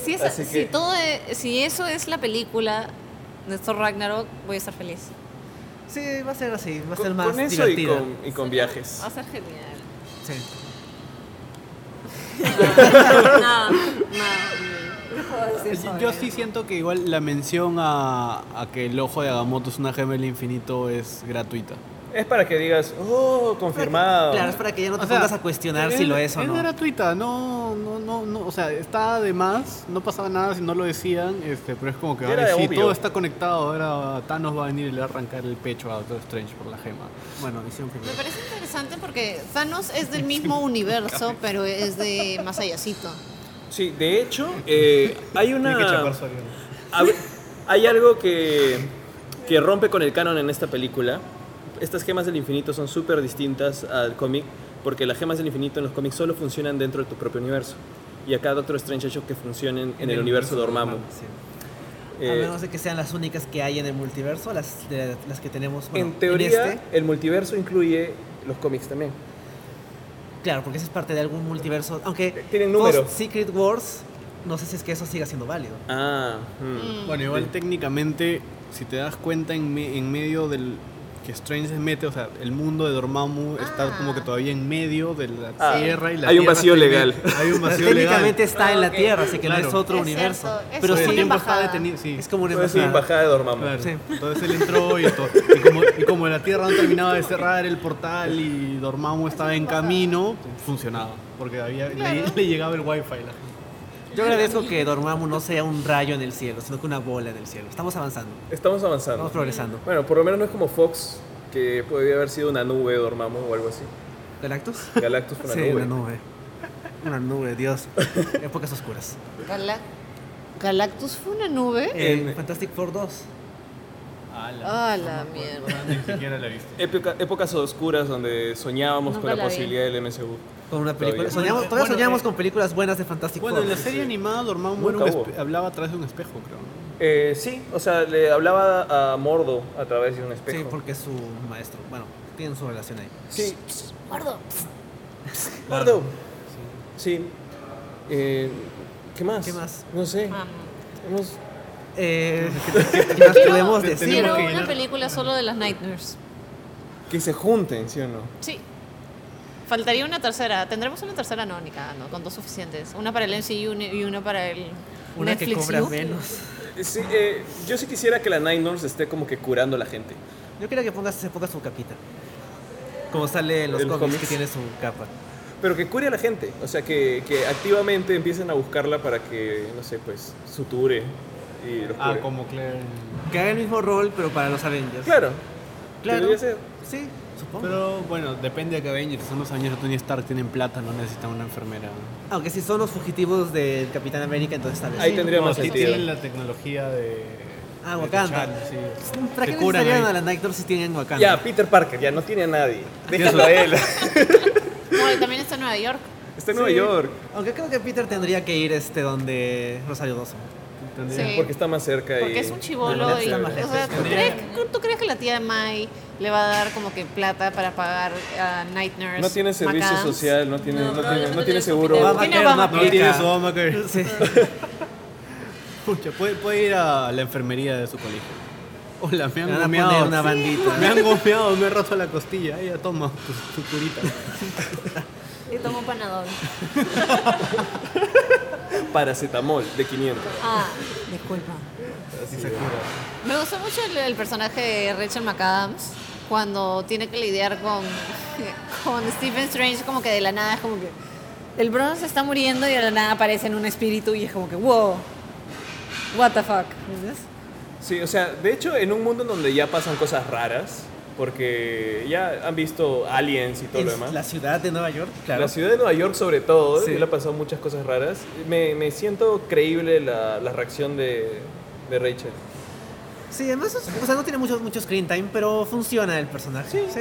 D: Si, es-
A: Así
D: si
A: que-
D: todo e- si eso es la película de Thor Ragnarok, voy a estar feliz.
B: Sí, va a ser así, va a
A: Con-
B: ser más
A: con eso y
B: divertida. Ah,
A: con, y con viajes.
D: Va a ser genial.
B: Sí.
E: Nada, nada.
C: Yo sí siento que igual la mención a, a que el ojo de Agamotto es una gema del infinito es gratuita.
A: Es para que digas, oh, confirmado.
B: Claro, es para que ya no te
C: O sea,
B: pongas a cuestionar si lo es o no.
C: Es gratuita, no, no, no, no, o sea, está de más, no pasaba nada si no lo decían, este, pero es como que
A: Era
C: ahora sí,
A: obvio.
C: todo está conectado, ahora Thanos va a venir y le va a arrancar el pecho a Doctor Strange por la gema.
B: Bueno, visión
D: Me
B: primero.
D: parece interesante porque Thanos es del mismo universo, pero es de más allácito.
A: Sí, de hecho, eh, hay una. hab- Hay algo que, que rompe con el canon en esta película. Estas gemas del infinito son súper distintas al cómic, porque las gemas del infinito en los cómics solo funcionan dentro de tu propio universo. Y acá Doctor Strange ha hecho que funcionen en, el, universo de Dormammu.
B: Sí. A
A: Eh,
B: menos de que sean las únicas que hay en el multiverso, las, de- las que tenemos bueno,
A: en teoría,
B: este. Mm.
A: el multiverso incluye los cómics también.
B: Claro, porque eso es parte de algún multiverso. Aunque
A: Eh, Tienen número.
B: post Secret Wars, no sé si es que eso siga siendo válido.
A: Ah, hmm.
D: Mm.
C: Bueno, igual técnicamente, si te das cuenta en, me- en medio del que Strange se mete, o sea, el mundo de Dormammu
D: Ah.
C: está como que todavía en medio de la
A: Ah,
C: Tierra y la
A: hay un
C: Tierra
A: vacío
C: está en
A: legal.
C: medio- Hay un vacío legal.
B: Técnicamente está en la
E: Ah, ok.
B: Tierra, así que no
C: Claro.
B: es otro
D: Es
B: universo.
D: cierto, es
B: pero
D: una
C: Todo el
B: sí,
C: tiempo
D: embajada.
C: está detenido, sí.
B: es como una
A: Entonces, sí,
B: embajada.
A: embajada de Dormammu.
C: Claro,
B: Sí.
C: Entonces él entró y, to- y como, y como la Tierra no terminaba de cerrar el portal y Dormammu estaba en camino, funcionaba. Porque había, le- le, llegaba el wifi. La gente.
B: Yo agradezco que Dormammu no sea un rayo en el cielo, sino que una bola en el cielo. Estamos avanzando,
A: Estamos avanzando.
B: estamos progresando.
A: Bueno, por lo menos no es como Fox, que podría haber sido una nube de Dormammu o algo así.
B: ¿Galactus?
A: Galactus fue una
B: Sí,
A: nube.
B: una nube. Una nube, Dios. Épocas oscuras.
D: Gala- Galactus fue una nube.
B: Eh,
A: En-
B: Fantastic Four 2.
D: Ah, la mierda.
C: Ni siquiera la he visto.
A: Época- épocas oscuras donde soñábamos
D: Nunca
A: con la,
D: la vi.
A: posibilidad del MCU.
B: Con una película.
A: Todavía.
B: Soñamos, todavía
C: Bueno,
B: soñamos
C: eh,
B: con películas buenas de Fantastic
C: Bueno,
B: Four.
C: en la serie animada Dormammu
A: Nunca
C: era un
A: hubo.
C: espe- hablaba atrás de un espejo, creo. ¿no?
A: Eh, sí, o sea, le hablaba a Mordo a través de un espejo.
B: Sí, porque es su maestro. Bueno, tienen su relación ahí.
A: Sí,
D: Guardo.
A: Mordo. Sí. Eh, ¿Qué más?
B: ¿Qué más?
A: No sé.
D: Ah.
A: Hemos-
B: Eh, ¿Qué más podemos
C: Te-
B: decir?
D: Quiero
C: Tenemos que
D: una
C: llenar.
D: película solo de las Night Nurse.
A: Que se junten, ¿sí o no?
D: Sí. Faltaría una tercera. Tendremos una tercera no, ni cagando, con dos suficientes. Una para el MCU y una- y una para el
B: Una
D: Netflix
B: que cobra
D: U.
B: menos.
A: Sí, eh, yo sí quisiera que la Nine North esté como que curando a la gente.
B: Yo quería que pongas, se ponga su capita. Como sale en los
A: ¿En los
B: cómics, que
A: cómics?
B: tiene su capa.
A: Pero que cure a la gente. O sea, que, que activamente empiecen a buscarla para que, no sé, pues, suture y los
C: Ah,
A: cure.
C: como Claire.
B: Que haga el mismo rol, pero para los Avengers.
A: Claro.
B: Claro.
A: Debería ser.
B: Sí, supongo.
C: Pero bueno, depende de que Avengers. Son los Avengers de Tony Stark, tienen plata, no necesitan una enfermera.
B: Aunque si son los fugitivos del Capitán América, entonces tal vez.
A: Ahí
B: sí.
A: tendría
C: No,
A: más
C: sí
A: sentido.
C: tienen la tecnología de.
B: Ah,
C: de
B: Wakanda.
C: T'Challa, sí.
B: ¿Para qué
C: Te curan
B: necesitarían
C: ahí.
B: a la Night Nurse si tienen Wakanda?
A: Ya, Peter Parker, ya no tiene a nadie. Déjalo a él.
D: Bueno, y también está en Nueva York.
A: Está en Nueva York.
B: Aunque creo que Peter tendría que ir este donde Rosario Dawson.
C: Tendría-
D: Sí.
A: Porque está más cerca y-
D: Porque es un
A: No,
D: chivolo
A: no,
D: y,
A: no,
D: o
A: no,
D: sea, ¿tú crees, tú crees que la tía Mai le va a dar como que plata para pagar a Night Nurse?
A: No tiene servicio
D: McAdams?
A: social, no tiene, no, tiene, no tiene seguro.
D: Pero
B: Obamacare
D: tiene
C: No
D: Obamacare.
C: tiene su
B: aplica.
C: Obamacare.
B: Sí.
C: Pucha, puede, puede ir a la enfermería de su colegio. Hola, me
B: Le
C: han
B: van a
C: gomeado.
B: poner una bandita.
C: Me han gomeado, me he roto la costilla. Ella toma tu, tu curita.
F: Y tomo panadol.
A: Paracetamol de 500.
F: Ah, disculpa.
C: Así se cura.
D: Me gustó mucho el, el personaje de Rachel McAdams cuando tiene que lidiar con, con Stephen Strange, como que de la nada es como que el bro se está muriendo y de la nada aparece en un espíritu y es como que wow, what the fuck. ¿entiendes?
A: Sí, o sea, de hecho, en un mundo en donde ya pasan cosas raras, porque ya han visto aliens y todo lo
B: En
A: demás.
B: la ciudad de Nueva York, claro.
A: La ciudad de Nueva York, sobre todo,
B: Sí.
A: él ha pasado muchas cosas raras. Me, me siento creíble la, la reacción de, de Rachel.
B: Sí, además, es- o sea, no tiene mucho, mucho screen time, pero funciona el personaje. Sí.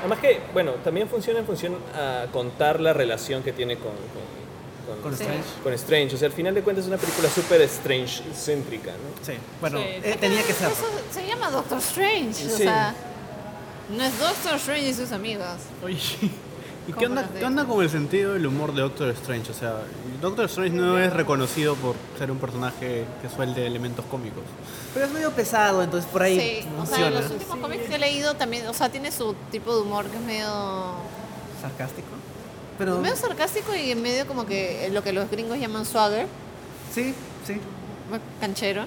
A: Además que, bueno, también funciona en función a contar la relación que tiene con, con, con-
B: Con Strange.
A: con Strange. O sea, al final de cuentas es una película súper Strange-céntrica, ¿no?
B: Sí. Bueno,
E: Sí.
B: eh, tenía que ser.
D: Eso se llama Doctor Strange, o
A: Sí.
D: sea, no es Doctor Strange y sus amigos.
C: Oye, ¿y qué
D: ¿Cómo
C: onda,
D: las
C: qué onda con el sentido del humor de Doctor Strange? O sea, Doctor Strange no es reconocido por ser un personaje que suelte elementos cómicos.
B: Pero es medio pesado, entonces por ahí
D: Sí, o sea,
B: funciona.
D: los últimos cómics que he leído también, o sea, tiene su tipo de humor que es medio
B: Sarcástico. Pero.
D: medio sarcástico y en medio como que lo que los gringos llaman swagger,
B: Sí, sí.
D: canchero.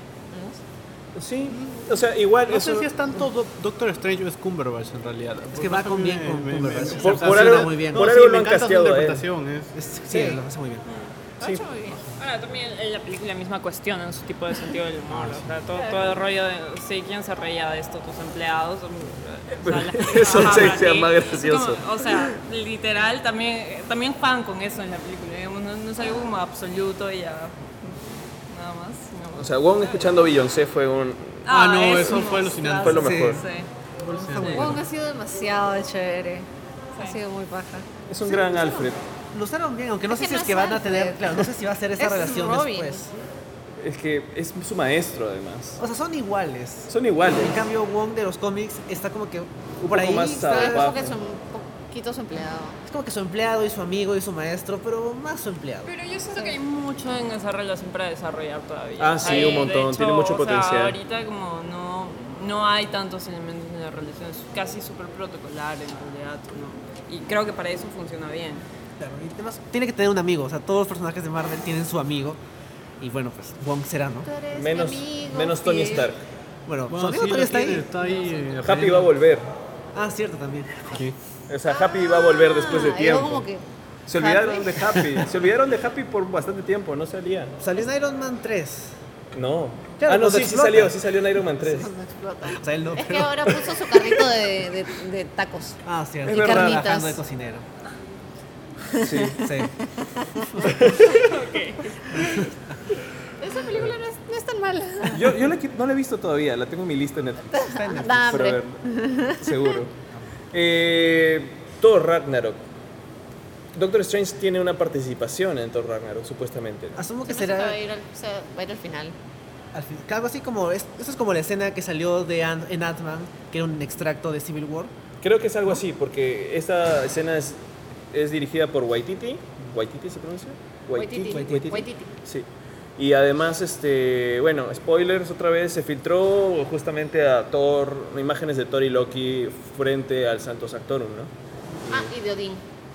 A: Sí, o sea, igual
C: No
A: eso-
C: sé si es tanto Do- Doctor Strange o es Cumberbatch en realidad.
B: Es que va con bien con Cumberbatch.
A: Por-
B: Se
A: por
B: funciona
A: algo-
B: muy bien.
A: por
C: No,
A: algo
C: sí,
A: lo
C: me
A: han
C: encanta su
A: casteado a él.
C: interpretación. Es,
B: Es- sí,
A: Sí.
B: lo hace muy bien.
D: Lo ha hecho muy bien.
E: Ahora, también en la película misma cuestiona su tipo de sentido del
A: Ah,
E: humor. O sea, todo, todo el rollo de, sí, ¿quién se reía de esto? ¿Tus empleados? O sea, la gente
A: Eso
E: trabaja
A: se-
E: para
A: sea
E: ti.
A: más
E: Es
A: gracioso.
E: como, o sea, literal, también, también juegan con eso en la película. digamos, no, no es algo como absoluto y ya. Nada más. no.
A: O sea, Wong escuchando Beyoncé fue un...
C: Ah, no,
E: es
C: eso
E: un
C: fue alucinante.
A: Fue lo
E: monstruazo,
A: mejor.
E: sí.
D: Ah. Wong ha sido demasiado chévere. Ha sido muy paja.
A: Es un gran Alfred.
B: Lo usaron bien, aunque no
D: Es
B: sé
D: que
B: si
D: no
B: es que
D: es
B: van a tener.
D: Alfred.
B: Claro, no sé si va a ser esa
D: Es
B: relación
D: Robin.
B: después.
A: Es que es su maestro, además.
B: O sea, son iguales.
A: Son iguales.
B: En cambio, Wong de los cómics está como que por
A: poco
B: ahí.
A: más
B: está-
D: Es como
A: salvaje.
D: que es un poquito su empleado.
B: es como que su empleado y su amigo y su maestro, pero más su empleado.
E: Pero yo siento que hay mucho en esa relación para desarrollar todavía.
A: Ah, sí,
E: Hay,
A: un
E: de
A: montón, tiene mucho
E: o sea,
A: potencial.
E: ahorita como no, no hay tantos elementos en la relación, es casi súper protocolar en realidad. ¿no? Y creo que para eso funciona bien.
B: Claro, y además tiene que tener un amigo. O sea, todos los personajes de Marvel tienen su amigo. Y bueno, pues Wong será, ¿no?
D: Tú eres mi
A: Menos,
D: amigo,
A: menos Tony
D: fiel.
A: Stark.
B: Bueno, su
C: Bueno,
B: amigo
C: sí,
B: todavía
C: lo
B: está
C: tiene,
B: ahí.
C: Está ahí. eh,
A: Happy va a volver.
B: Ah, cierto, también.
C: Sí.
A: O sea, Happy va a volver después de
D: Ah, y luego
A: tiempo.
D: como que,
A: Se olvidaron de Happy. Se olvidaron de Happy por bastante tiempo, no salía.
B: Salió en Iron Man 3.
A: No.
B: Claro,
A: ah, no,
B: pues
A: sí, sí
B: explota.
A: salió, sí salió en Iron Man 3.
D: cuando explota.
B: O sea, él no.
D: Es que
B: pero-
D: ahora puso su carrito de, de- de tacos.
B: Ah, cierto.
A: Es verdad.
B: Trabajando de
D: Carnitas.
B: cocinero.
A: Sí.
B: Sí.
D: Esa película no es, no es tan mala.
A: Yo, yo la qui- no la he visto todavía, la tengo en mi lista en Netflix.
C: Está en Netflix.
D: Da
A: Para
D: hambre.
A: verla, Seguro. Eh, Thor Ragnarok. Doctor Strange tiene una participación en Thor Ragnarok, supuestamente.
B: Asumo
D: Se
B: que
D: me hace que
B: será
D: va a ir al- se va a ir al final.
B: al fin- algo así como. es- Eso es como la escena que salió de Ant- en Ant-Man, que era un extracto de Civil War.
A: Creo que es algo así, porque esta escena es, es dirigida por Waititi. ¿Waititi se pronuncia?
D: Waititi. Waititi. Waititi.
A: Sí. Y además, este, bueno, spoilers otra vez, se filtró justamente a Thor, imágenes de Thor y Loki frente al Santos Actorum, ¿no?
D: Ah, y de Odín.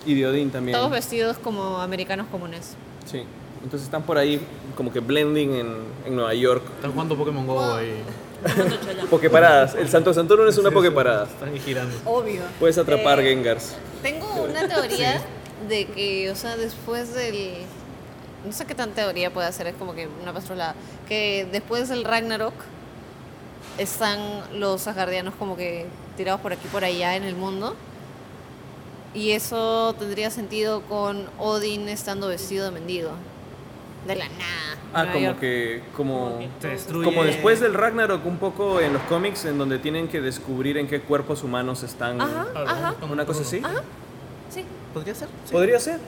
A: Y de Odín también.
D: Todos vestidos como americanos comunes.
A: Sí. Entonces están por ahí como que blending en, en Nueva York.
C: Están jugando Pokémon Go ahí.
A: Pokeparadas. El Santos Santorum es una pokeparada.
C: Están girando.
D: Obvio.
A: Puedes atrapar
D: Eh,
A: Gengars.
D: Tengo una teoría de que, o sea, después del. No sé qué tan teoría puede hacer, es como que una pastrolada. Que después del Ragnarok están los asgardianos como que tirados por aquí por allá en el mundo. Y eso tendría sentido con Odin estando vestido de mendigo. De la nada.
A: Ah,
D: Nueva
A: como
D: York.
A: que como
B: Se destruye.
A: como después del Ragnarok un poco en los cómics en donde tienen que descubrir en qué cuerpos humanos están.
D: Ajá, ajá.
A: Una cosa así.
D: Sí.
B: ¿Podría ser?
A: Podría ser.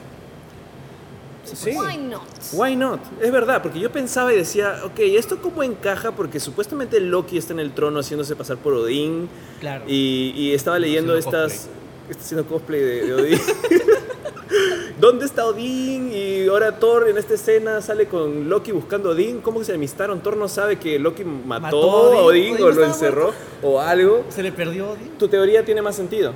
A: Sí.
D: Why not?
A: Why not? Es verdad, porque yo pensaba y decía, ok, ¿esto cómo encaja? Porque supuestamente Loki está en el trono haciéndose pasar por Odín.
B: Claro.
A: Y, y estaba leyendo
C: Haciendo
A: estas. Está haciendo cosplay de, de Odín. ¿Dónde está Odín? Y ahora Thor en esta escena sale con Loki buscando a Odín. ¿Cómo que se amistaron? Thor no sabe que Loki mató,
B: Mató
A: a
B: a
A: Odín, o
B: Odín, Odín
A: lo
B: estaba
A: encerró o algo.
B: Se le perdió Odin.
A: Tu teoría tiene más sentido.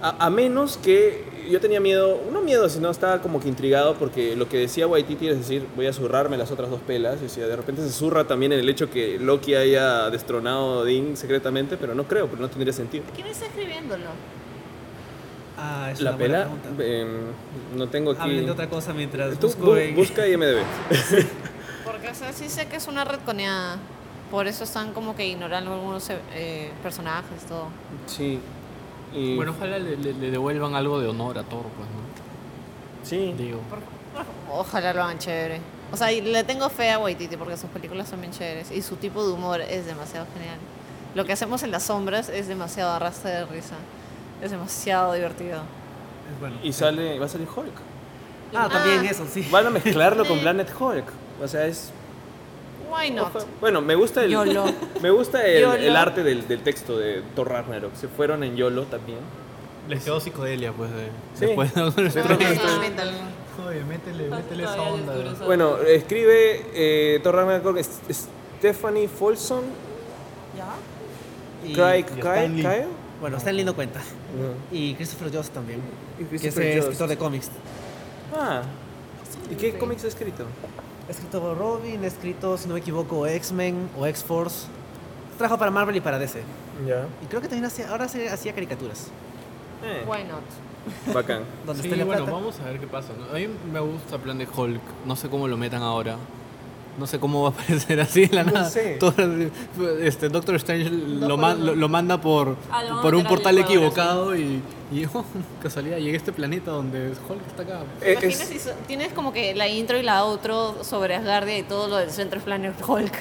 A: A, a menos que yo tenía miedo, no miedo, sino estaba como que intrigado porque lo que decía Waititi es decir, voy a zurrarme las otras dos pelas. Y decía, de repente se zurra también el hecho que Loki haya destronado a Odín secretamente, pero no creo, pero no tendría sentido.
D: ¿Quién está escribiéndolo?
B: Ah, es
A: La
B: una buena
A: pela,
B: pregunta.
A: em, no tengo aquí.
B: Hablen de otra cosa mientras
A: Tú
B: busco
A: bu-
B: en-
A: busca IMDb.
D: Porque o sea, sí sé que es una retconeada. Por eso están como que ignorando algunos eh, personajes, todo.
A: Sí. Y-
C: Bueno, ojalá le, le- le devuelvan algo de honor a Thor, pues, ¿no?
A: sí.
C: Digo.
D: Ojalá lo hagan chévere. O sea, y le tengo fe a Waititi porque sus películas son bien chéveres. Y su tipo de humor es demasiado genial. Lo que hacemos en las sombras es demasiado arrastre de risa. Es demasiado divertido.
B: Es bueno.
A: Y sale, va a salir Hulk.
B: Ah, también eso, sí.
A: Van a mezclarlo con
D: Sí.
A: Planet Hulk. O sea, es.
D: Why not?
A: Bueno, me gusta el.
F: Yolo.
A: Me gusta el,
D: Yolo.
A: el arte del, del texto de Thor Ragnarok. Se fueron en YOLO también.
C: Les quedó psicodelia, pues, de,
A: Sí.
C: después de Oye, métele, métele esa onda.
A: Bueno, escribe eh, Thor Ragnarok es- es Stephanie Folsom,
B: Y-
A: Craig
C: y
A: Kyle.
C: Stan Lee.
A: Kyle.
B: Bueno, está en lindo cuenta.
A: No.
B: Y Christopher Joss también.
A: Y
B: que es
A: Christopher
B: eh,
A: Jost.
B: escritor de cómics.
A: Ah. ¿Y qué cómics ha escrito?
B: Ha escrito Robin, ha escrito, si no me equivoco, X-Men o X-Force. Trabaja para Marvel y para DC.
A: Ya.
B: Y creo que también hacía, ahora se- hacía caricaturas.
A: Eh,
D: Why not?
A: Bacán.
B: Donde
C: Sí,
B: está la
C: bueno,
B: plata.
C: vamos a ver qué pasa. ¿no? A mí me gusta el plan de Hulk. No sé cómo lo metan ahora. No sé cómo va a aparecer así de la
A: No
C: nada.
A: sé.
C: Todo- este Doctor Strange lo,
D: por
C: ma-
D: uno.
C: lo, lo manda por,
E: Ah, lo van a
C: por un
E: meter al
C: portal
E: licuadora,
C: equivocado y, y oh, casualidad, llegué a este planeta donde Hulk está acá.
A: Eh,
D: Imagina
A: es-
D: si so- tienes como que la intro y la outro sobre Asgardia y todo lo del Centro Planet Hulk.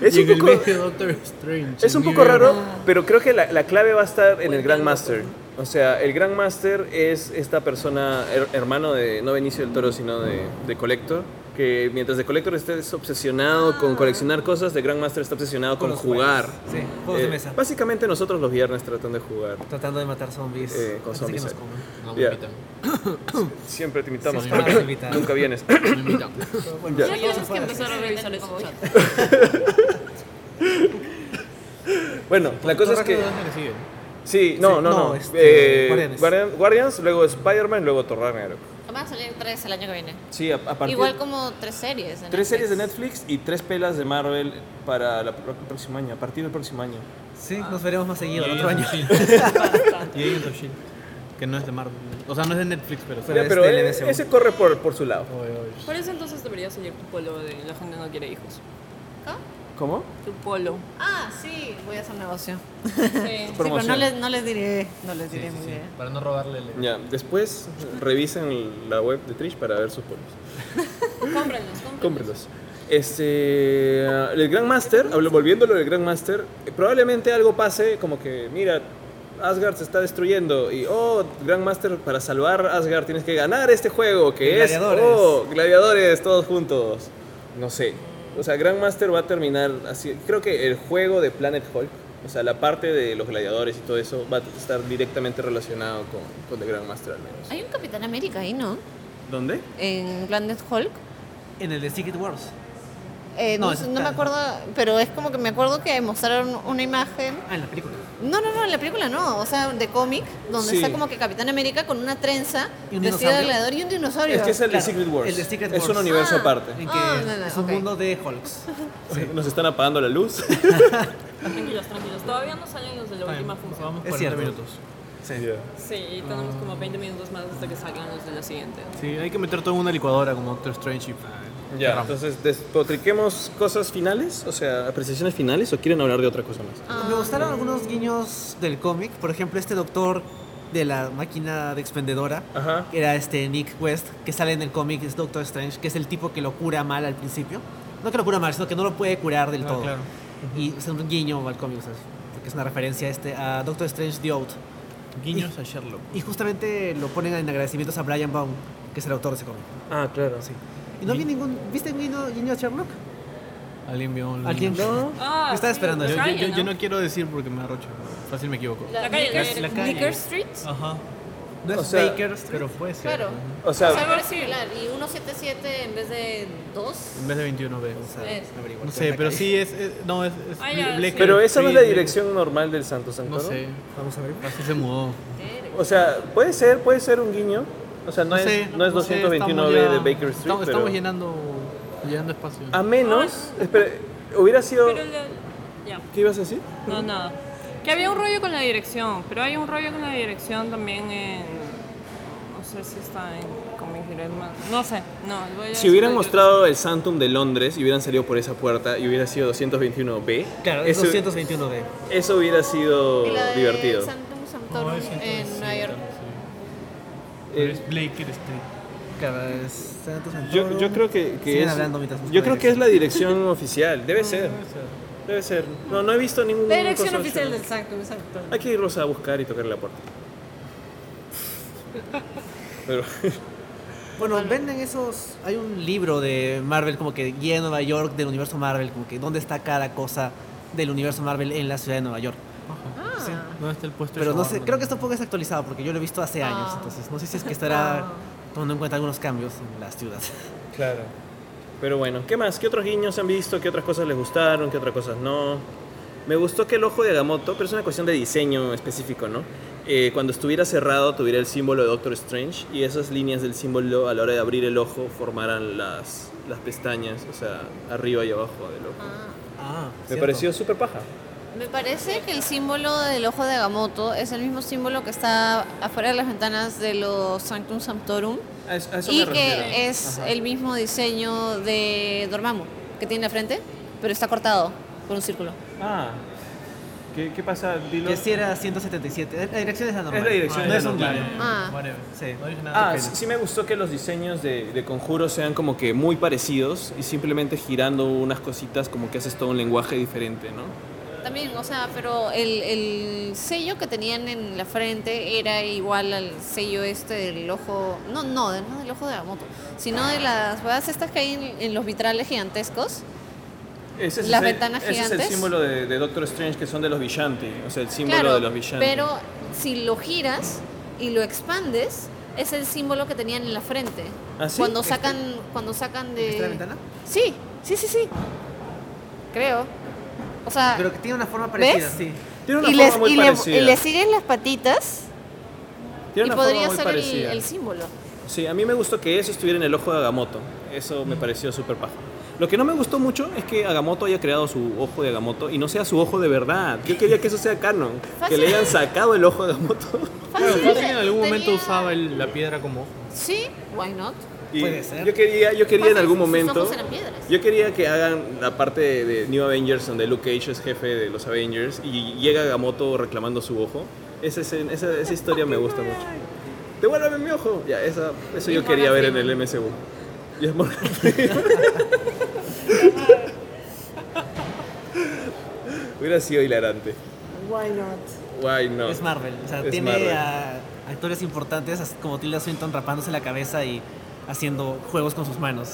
A: es
C: y
A: un
C: en
A: poco-
C: el medio Doctor Strange.
A: Es un
C: en
A: poco
C: New York.
A: raro, pero creo que la, la clave va a estar en el Grand Master. O sea, el Grand Master es esta persona, her- hermano de, no Benicio del Toro, sino de, de Collector, que mientras de Collector estés obsesionado con coleccionar cosas, de Grand Master está obsesionado con,
B: los
A: jugar.
B: Ah. juegos. Sí, juegos
A: Eh,
B: de mesa.
A: Básicamente nosotros los viernes tratan de jugar.
B: Tratando de matar zombies.
A: Eh, con
B: antes de que
A: zombies, eh.
B: nos coman.
C: No,
A: Ya.
C: me invitan.
A: Siempre te invitamos.
B: Sí, claro, te invitamos.
A: Nunca vienes.
C: Me invitan. Pues
B: Bueno,
A: Ya.
E: Ya
B: vamos a
E: tienes que
B: jugar.
E: empezar a revisar esos chats.
A: Bueno, la cosa es que...
C: Doctor Strange sigue.
A: Sí, no, no, no.
B: no, este,
A: Eh,
B: Guardianes.
A: Guardian- Guardians, luego Spider-Man, luego Thor Ragnarok.
D: Van a salir tres el año que viene.
A: Sí, a, a partir-
D: Igual como tres series. de
A: Tres series de
D: Netflix.
A: Netflix y tres pelas de Marvel para la pro- el próximo año, a partir del próximo año.
B: Sí, nos veremos más
C: Y
B: seguido el
C: Agents
B: otro año.
C: of S.H.I.E.L D. Y Agents of S.H.I.E.L D. Que no es de Marvel. O sea, no es de Netflix,
B: Pero
C: pero.
B: este,
A: Ya,
B: es
A: pero
B: del
A: eh,
B: MCU.
A: ese corre por, por su lado.
C: Oye, oye.
E: Por eso entonces debería salir tu polo de la gente no quiere hijos.
A: ¿Cómo?
E: Tu polo.
D: Ah, sí, voy a hacer negocio.
E: Sí.
D: Sí, pero no
A: Promoción.
D: les, no les diré, no les diré muy bien.
C: Para no robarle el.
A: Ya, después revisen la web de Trish para ver sus polos.
E: Cómprenlos, cómprenlos.
A: Cómprenlos. Este, el Grand Master, hablo- volviéndolo del Grand Master, eh, probablemente algo pase como que, mira, Asgard se está destruyendo y, oh, Grand Master, para salvar a Asgard tienes que ganar este juego que es,
B: Gladiadores.
A: oh, gladiadores todos juntos. No sé. O sea, Grand Master va a terminar así. Creo que el juego de Planet Hulk, o sea, la parte de los gladiadores y todo eso, va a estar directamente relacionado con, con The Grand Master al menos.
D: Hay un Capitán América ahí, ¿no?
A: ¿Dónde?
D: En Planet Hulk.
B: En el de Secret Wars.
D: Eh, no,
B: No,
D: sé,
B: eso
D: no me
B: está-
D: acuerdo, pero es como que me acuerdo que mostraron una imagen.
B: Ah, en la película.
D: No, no, no, en la película no, o sea, de cómic, donde
A: Sí.
D: está como que Capitán América con una trenza,
B: ¿Y un
D: vestido de
B: dinosaurio?
D: gladiador y un dinosaurio.
A: Es que es el de
B: Claro,
A: Secret Wars.
B: el de Secret
A: es un
B: Wars.
A: universo
D: Ah.
A: aparte.
B: En que
D: Ah, no, no,
B: es un
D: ok.
B: mundo de Hulks.
A: Nos están apagando la luz.
E: Tranquilos, tranquilos. Todavía no salen los de la última función.
B: Es cierto.
E: Sí, y tenemos como 20 minutos más hasta que salgan los de la siguiente.
C: Sí, hay que meter todo en una licuadora como Doctor Strange y... ah,
A: Ya, entonces despotriquemos cosas finales, o sea, apreciaciones finales, o quieren hablar de otra cosa más.
D: Ah.
B: Me gustaron algunos guiños del cómic. Por ejemplo, este doctor de la máquina de expendedora.
A: Ajá.
B: que Era este Nick West, que sale en el cómic, es Doctor Strange, que es el tipo que lo cura mal al principio. No que lo cura mal, sino que no lo puede curar
D: Ah,
B: del todo.
C: claro.
B: Y es un guiño al cómic, o sea, porque es una referencia a, este, a Doctor Strange The Oath.
C: Guiños a Sherlock.
B: Y justamente lo ponen en agradecimientos a Brian Baum, que es el autor de ese cómic.
A: Ah, claro.
B: Sí. Y no vi ningún. ¿Viste guiño, guiño a Sherlock?
C: Alguien vio un...
B: ¿Alguien? No.
E: Ah,
B: Me estaba esperando
E: la
B: eso.
C: Yo, yo-
E: calle,
C: yo- yo
E: ¿no?
C: no quiero decir porque me arrocho. Fácil me equivoco.
E: La calle,
F: Liquor-
E: la
C: calle. Ah.
F: Liquor Street.
C: Ajá.
B: No es
A: O sea,
B: Baker Street.
C: Pero fue ese.
D: Claro.
A: O
D: O sea,
A: sea,
D: algo así similar, y 177 en vez de 2.
C: En vez de 21 b
B: O sea,
D: Es.
B: averiguar
C: No
B: qué es
C: sé,
B: la
C: pero
B: calle.
C: sí es... es- no, es... es
E: Ah, ya,
C: Blake-
E: sí.
A: pero esa no es la
C: Blake-
A: dirección normal del Santo Santo.
C: No sé.
B: Vamos a ver.
C: Así se mudó.
A: O sea, puede ser, puede ser un guiño. O sea, no,
C: No sé,
A: es, no es
C: no sé,
A: 229
C: estamos
A: de
C: ya-
A: Baker Street. pero-
C: Estamos,
A: Ah,
C: estamos llenando, llenando espacio.
A: A menos, espera, hubiera sido.
E: Pero la- ya.
A: ¿Qué ibas a decir?
E: No, nada. Que había un rollo con la dirección, pero hay un rollo con la dirección también en... No sé si está en Comic Direct Man. No sé, no. voy a
A: Si hubieran
E: decir-
A: mostrado el Santum de Londres y hubieran salido por esa puerta y hubiera sido 221B,
B: Claro, es
A: eso,
B: 221D.
A: eso hubiera sido
D: Y la de
A: divertido.
D: Santum Sanctorum en Nueva York.
A: Eh,
C: Es Blake Street.
B: Claro, es Santos
A: Yo, yo creo que, que
B: Siguen
A: es,
B: hablando mientras busco
A: yo creo que es
B: dirección.
A: la dirección oficial, debe ser, debe ser. No, no he visto ningún
F: La dirección
A: cosa
F: oficial del
A: oficial.
F: Sanctum Sanctorum.
A: Hay que irlos a buscar y tocar la puerta. Pero
B: Bueno, venden esos. Hay un libro de Marvel como que guía de Nueva York del universo Marvel, como que dónde está cada cosa del universo Marvel en la ciudad de Nueva York.
E: Ah.
C: ¿Dónde está el puesto de
B: Pero no sé,
C: shawarma?
B: creo que está un poco desactualizado porque yo lo he visto hace
D: Ah.
B: años, entonces no sé si es que estará tomando en cuenta algunos cambios en las ciudades.
A: claro. Pero bueno, ¿qué más? ¿Qué otros guiños han visto? ¿Qué otras cosas les gustaron? ¿Qué otras cosas no? Me gustó que el ojo de Agamotto, pero es una cuestión de diseño específico, ¿no? Eh, cuando estuviera cerrado tuviera el símbolo de Doctor Strange y esas líneas del símbolo a la hora de abrir el ojo formaran las, las pestañas, o sea, arriba y abajo del ojo.
B: Ah,
A: Me pareció súper paja.
D: Me parece que el símbolo del ojo de Agamotto es el mismo símbolo que está afuera de las ventanas de los Sanctum Sanctorum
A: A eso,
D: y que es el mismo diseño de Dormammu que tiene en la frente, pero está cortado por un círculo.
A: Ah. ¿Qué, qué pasa? Dilo.
B: Que si era 177. La dirección es la normal.
A: Es la dirección,
B: No
A: es
B: es
A: la
B: un
A: normal.
B: guiño.
D: Ah.
C: Whatever.
B: Sí.
C: No dije nada.
A: Ah, sí, sí me gustó que los diseños de, de Conjuro sean como que muy parecidos y simplemente girando unas cositas como que haces todo un lenguaje diferente, ¿no?
D: También, o sea, pero el, el sello que tenían en la frente era igual al sello este del ojo, no, no, de- no del ojo de la moto, sino de las huevas estas que hay en, en los vitrales gigantescos.
A: Ese
D: Las
A: el-
D: ventanas
A: ese es
D: gigantes.
A: el símbolo de, de Doctor Strange que son de los Villanti, o sea, el símbolo
D: Claro,
A: de los Villanti.
D: pero si lo giras y lo expandes, es el símbolo que tenían en la frente.
A: ¿Ah, sí?
D: Cuando sacan, cuando sacan de...
B: ¿Está la ventana?
D: Sí, sí, sí, sí. Creo. O sea,
B: Pero que tiene una forma parecida,
D: Ah. ¿Ves?
B: sí.
A: Tiene una
D: y,
A: forma
D: les-
A: muy
D: y le-
A: parecida.
D: y le siguen las patitas.
A: Tiene
D: y
A: una
D: podría
A: forma muy
D: ser el- el,
A: parecida.
D: símbolo.
A: Sí, a mí me gustó que eso estuviera en el ojo de Agamotto. Eso me pareció súper paja. Lo que no me gustó mucho es que Agamotto haya creado su ojo de Agamotto y no sea su ojo de verdad. Yo quería que eso sea canon. Que le hayan sacado el ojo de Agamotto.
C: Claro,
D: Fácil,
C: fácil en algún
D: tenía-
C: momento usaba el- la piedra como...
D: Sí, why not?
A: Y
B: Puede ser.
A: Yo quería, yo quería en
D: Fácil,
A: algún
D: sus
A: momento.
D: ojos eran piedras.
A: Yo quería que hagan la parte de, de New Avengers donde Luke Cage es jefe de los Avengers y llega Agamotto reclamando su ojo. Esa, escena- esa, esa historia me gusta mucho. Devuélveme mi ojo. Ya, esa, eso
D: Y
A: yo
D: Morgan
A: quería ver en
D: Freeman.
A: el MCU. Y es Morgan Hubiera sido hilarante.
F: Why not?
A: Why no?
B: Es Marvel. O sea,
A: Es
B: tiene
A: Marvel.
B: a actores importantes as- como Tilda Swinton rapándose la cabeza y haciendo juegos con sus manos.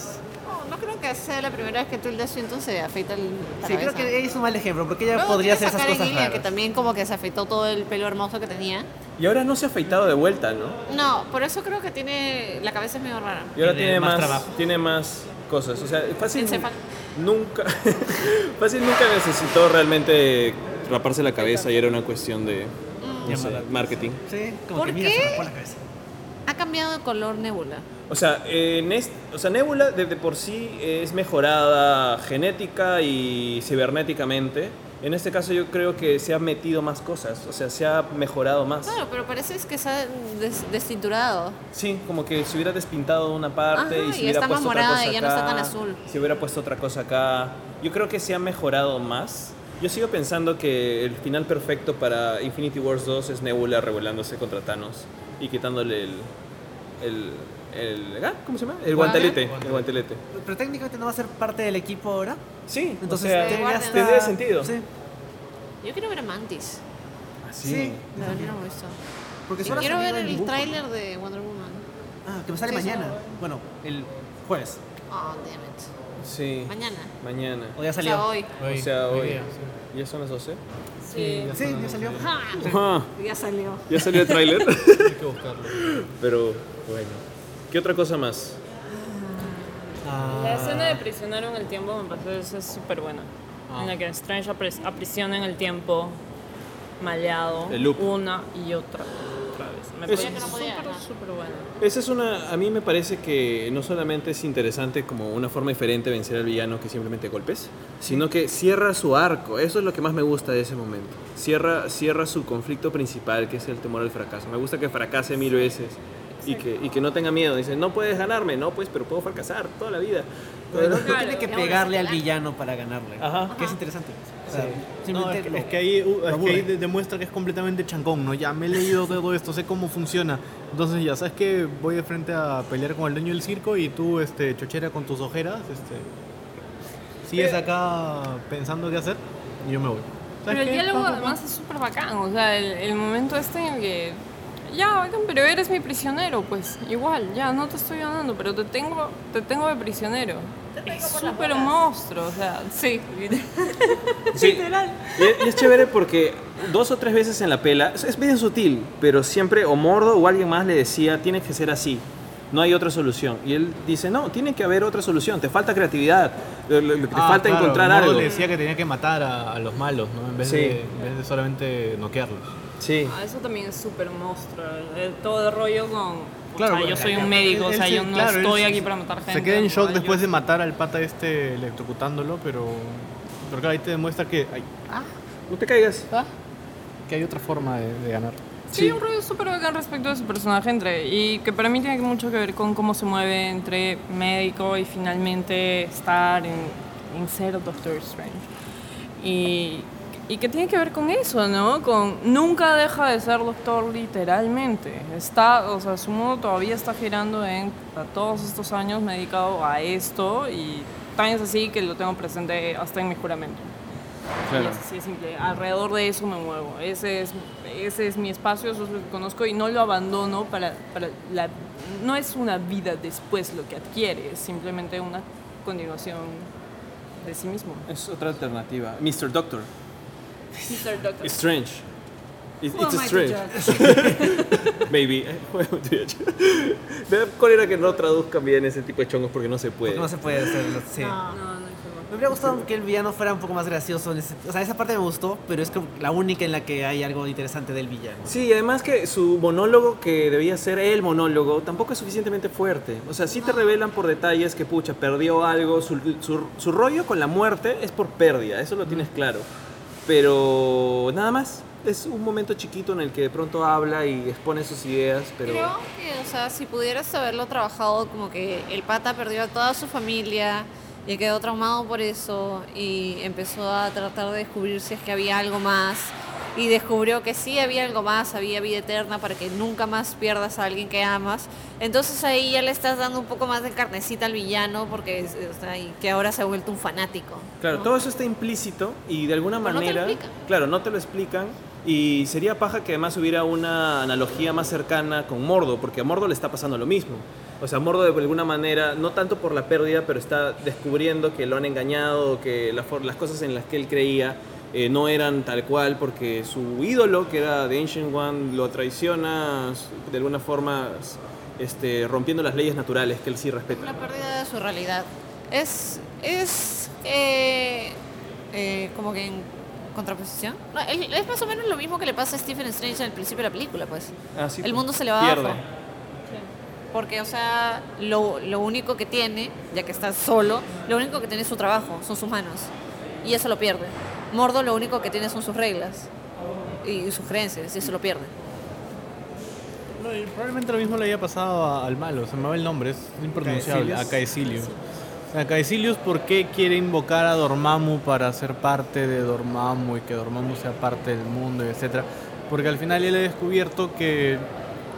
D: No, no creo que sea la primera vez que Tilda Swinton se afeita el la
B: Sí, creo
D: cabeza.
B: que es un mal ejemplo porque ella
D: Luego
B: podría hacer
D: tienes a
B: esas
D: Karen
B: cosas
D: Gillian, que
B: raras.
D: también como que se afeitó todo el pelo hermoso que tenía.
A: Y ahora no se ha afeitado de vuelta, ¿no?
D: No, por eso creo que tiene... La cabeza es medio rara.
A: Y ahora
B: Tiene
A: tiene
B: más
A: más,
B: trabajo.
A: tiene más cosas. O sea, fácil
D: Encéfalo.
A: nunca, fácil nunca necesitó realmente raparse la cabeza y era una cuestión de
B: Mm.
A: no sé,
B: Llamarla.
A: marketing.
B: Sí, como
D: ¿Por
B: que mira,
D: qué?
B: se rapó la cabeza.
D: Ha cambiado de color Nebula.
A: O sea, eh, en est- o sea, Nebula de, de por sí es mejorada genética y cibernéticamente. En este caso yo creo que se ha metido más cosas, o sea, se ha mejorado más.
D: Claro, pero parece es que se ha des- destinturado.
A: Sí, como que se hubiera despintado una parte
D: Ajá,
A: y se
D: y
A: hubiera
D: está más
A: puesto otra
D: morada
A: cosa
D: y ya no
A: acá,
D: está tan azul.
A: Se hubiera puesto otra cosa acá. Yo creo que se ha mejorado más. Yo sigo pensando que el final perfecto para Infinity Wars 2 es Nebula rebelándose contra Thanos y quitándole el el, el ¿ah? ¿cómo se llama? El guantelete, el guantelete.
B: Pero técnicamente no va a ser parte del equipo ahora.
A: Sí,
B: Entonces
A: o sea,
D: te-
B: tendría
D: guarden.
B: hasta-
A: tendría sentido.
B: Sí,
D: Yo quiero ver a Mantis.
C: Ah,
A: así.
B: sí.
D: La verdad no me gustó.
B: Porque
D: Y
B: solo ha
D: quiero
B: salido
D: ver el
B: dibujo.
D: tráiler de Wonder Woman.
B: Ah, que me sale
D: Sí, sí.
B: mañana. Bueno, el jueves.
D: Oh, damn it.
A: Sí.
D: Mañana.
A: Mañana.
B: O ya
D: O
B: salió.
D: sea, hoy.
A: O sea, hoy.
C: día,
A: ¿Ya son las 12?
E: Sí.
B: Sí, ya salió.
D: Ja.
A: Ajá,
F: Ya salió.
A: ya salió el tráiler.
C: Hay que buscarlo.
A: Pero bueno. ¿Qué otra cosa más?
B: Ah.
E: La escena de prisionero en el tiempo me parece que esa es súper buena.
A: Ah.
E: En la que Strange apres- aprisiona en el tiempo, maleado,
A: El loop.
E: una y otra, otra vez. Me
A: Es-
E: parece
D: que no podía
E: súper,
D: ganar.
E: súper buena.
A: Esa es una, a mí me parece que no solamente es interesante como una forma diferente de vencer al villano que simplemente golpes, sino que cierra su arco. Eso es lo que más me gusta de ese momento. Cierra, cierra su conflicto principal, que es el temor al fracaso. Me gusta que fracase mil veces y que, y que no tenga miedo. Dice, no puedes ganarme, no, pues, pero puedo fracasar toda la vida.
B: Pero no, no
E: Claro,
B: tiene que
E: y
D: ahora
B: pegarle al
D: sí.
B: villano para ganarle.
A: Ajá.
B: Que es interesante. O sea,
C: No,
B: simplemente
C: es, que,
B: lo-
C: es que ahí, uh, es que
B: aburre.
C: ahí de- demuestra que es completamente chancón, ¿no? Ya me he leído todo esto, sé cómo funciona. Entonces ya sabes que voy de frente a pelear con el dueño del circo y tú, este, chochera con tus ojeras, este, sigues
B: Eh.
C: acá pensando qué hacer y yo me voy.
E: Pero
C: ¿Sabes
E: el
C: qué?
E: diálogo
C: Pa, pa, pa.
E: además es súper bacán, o sea, el, el momento este en el que... Ya, bacán, pero eres mi prisionero, pues. Igual, ya, no te estoy ganando, pero te tengo, te tengo de prisionero. Es súper monstruo, o sea, sí.
A: Sí. Y es- Y es chévere porque dos o tres veces en la pela, es- es bien sutil, pero siempre o Mordo o alguien más le decía, tiene que ser así, no hay otra solución. Y él dice, no, tiene que haber otra solución, te falta creatividad, lo- lo- lo- te
C: Ah,
A: falta
C: claro,
A: encontrar
C: Mordo
A: algo.
C: le decía que tenía que matar a, a los malos, ¿no? En vez,
A: Sí.
C: de, en vez de solamente noquearlos.
A: Sí.
E: Ah, eso también es súper monstruo. eh, Todo el rollo con.
C: Claro,
E: o sea, yo
C: porque
E: soy
C: él-
E: un médico,
C: él-
E: o sea,
C: él
E: yo
C: se-
E: no
C: claro, él
E: estoy
C: se-
E: aquí para matar gente.
C: Se queda en shock después de
E: matar.
C: matar al pata este electrocutándolo, pero. Pero claro, ahí te demuestra que hay,
A: No te caigas.
F: Ah,
C: que hay otra forma de, de ganar.
E: Sí, un rollo súper bacán respecto de su personaje entre. Y que para mí tiene mucho que ver con cómo se mueve entre médico y finalmente estar en, en ser Doctor Strange. Y, y que tiene que ver con eso, ¿no? Con nunca deja de ser doctor literalmente. Está, o sea, su mundo todavía está girando en a todos estos años me he dedicado a esto y tan es así que lo tengo presente hasta en mi juramento. Y es así de simple. Alrededor de eso me muevo. Ese es, ese es mi espacio, eso es lo que conozco y no lo abandono para, para la... No es una vida después lo que adquiere, es simplemente una continuación de sí mismo.
A: Es otra alternativa. Mr. Doctor.
E: Mr. Doctor.
A: Strange. It-
F: Who
A: it's
F: am I to
A: strange. Baby. eh, ¿Cuál era que no traduzcan bien ese tipo de chongos porque no se puede?
B: porque no se puede hacerlo. Sí.
E: No, no,
B: Me hubiera gustado que el villano fuera un poco más gracioso. en ese- o sea, esa parte me gustó, pero es como la única en la que hay algo interesante del villano.
A: Sí, y además que su monólogo, que debía ser el monólogo, tampoco es suficientemente fuerte. O sea, sí te revelan por detalles que, pucha, perdió algo. Su, su- su rollo con la muerte es por pérdida, eso lo tienes claro. Pero nada más, es un momento chiquito en el que de pronto habla y expone sus ideas, pero...
D: Creo que, o sea, si pudieras haberlo trabajado, como que el pata perdió a toda su familia y quedó traumado por eso y empezó a tratar de descubrir si es que había algo más y descubrió que sí había algo más, había vida eterna para que nunca más pierdas a alguien que amas. Entonces ahí ya le estás dando un poco más de carnecita al villano porque es- o sea, y que ahora se ha vuelto un fanático.
A: Claro,
D: ¿no?
A: todo eso está implícito y de alguna
D: Pero no te lo
A: manera,
D: explican.
A: claro, no te lo explican y sería paja que además hubiera una analogía más cercana con Mordo, porque a Mordo le está pasando lo mismo. O sea, Mordo de alguna manera, no tanto por la pérdida, pero está descubriendo que lo han engañado, que la for- las cosas en las que él creía eh, no eran tal cual, porque su ídolo, que era The Ancient One, lo traiciona de alguna forma este, rompiendo las leyes naturales que él sí respeta.
D: La pérdida de su realidad. Es. Es. eh, eh, como que en contraposición. No, es, es más o menos lo mismo que le pasa a Stephen Strange al principio de la película, pues.
A: Ah, sí,
D: El
A: pues,
D: mundo se le va
A: pierde.
D: abajo. Porque, o sea, lo, lo único que tiene, ya que está solo, lo único que tiene es su trabajo, son sus manos. Y eso lo pierde. Mordo lo único que tiene son sus reglas y sus creencias, y eso lo pierde.
C: No, y probablemente lo mismo le haya pasado a- al malo, se me va el nombre, es impronunciable, a Caecilius. A Caecilius, ¿por qué quiere invocar a Dormammu para ser parte de Dormammu y que Dormammu sea parte del mundo, etcétera? Porque al final él ha descubierto que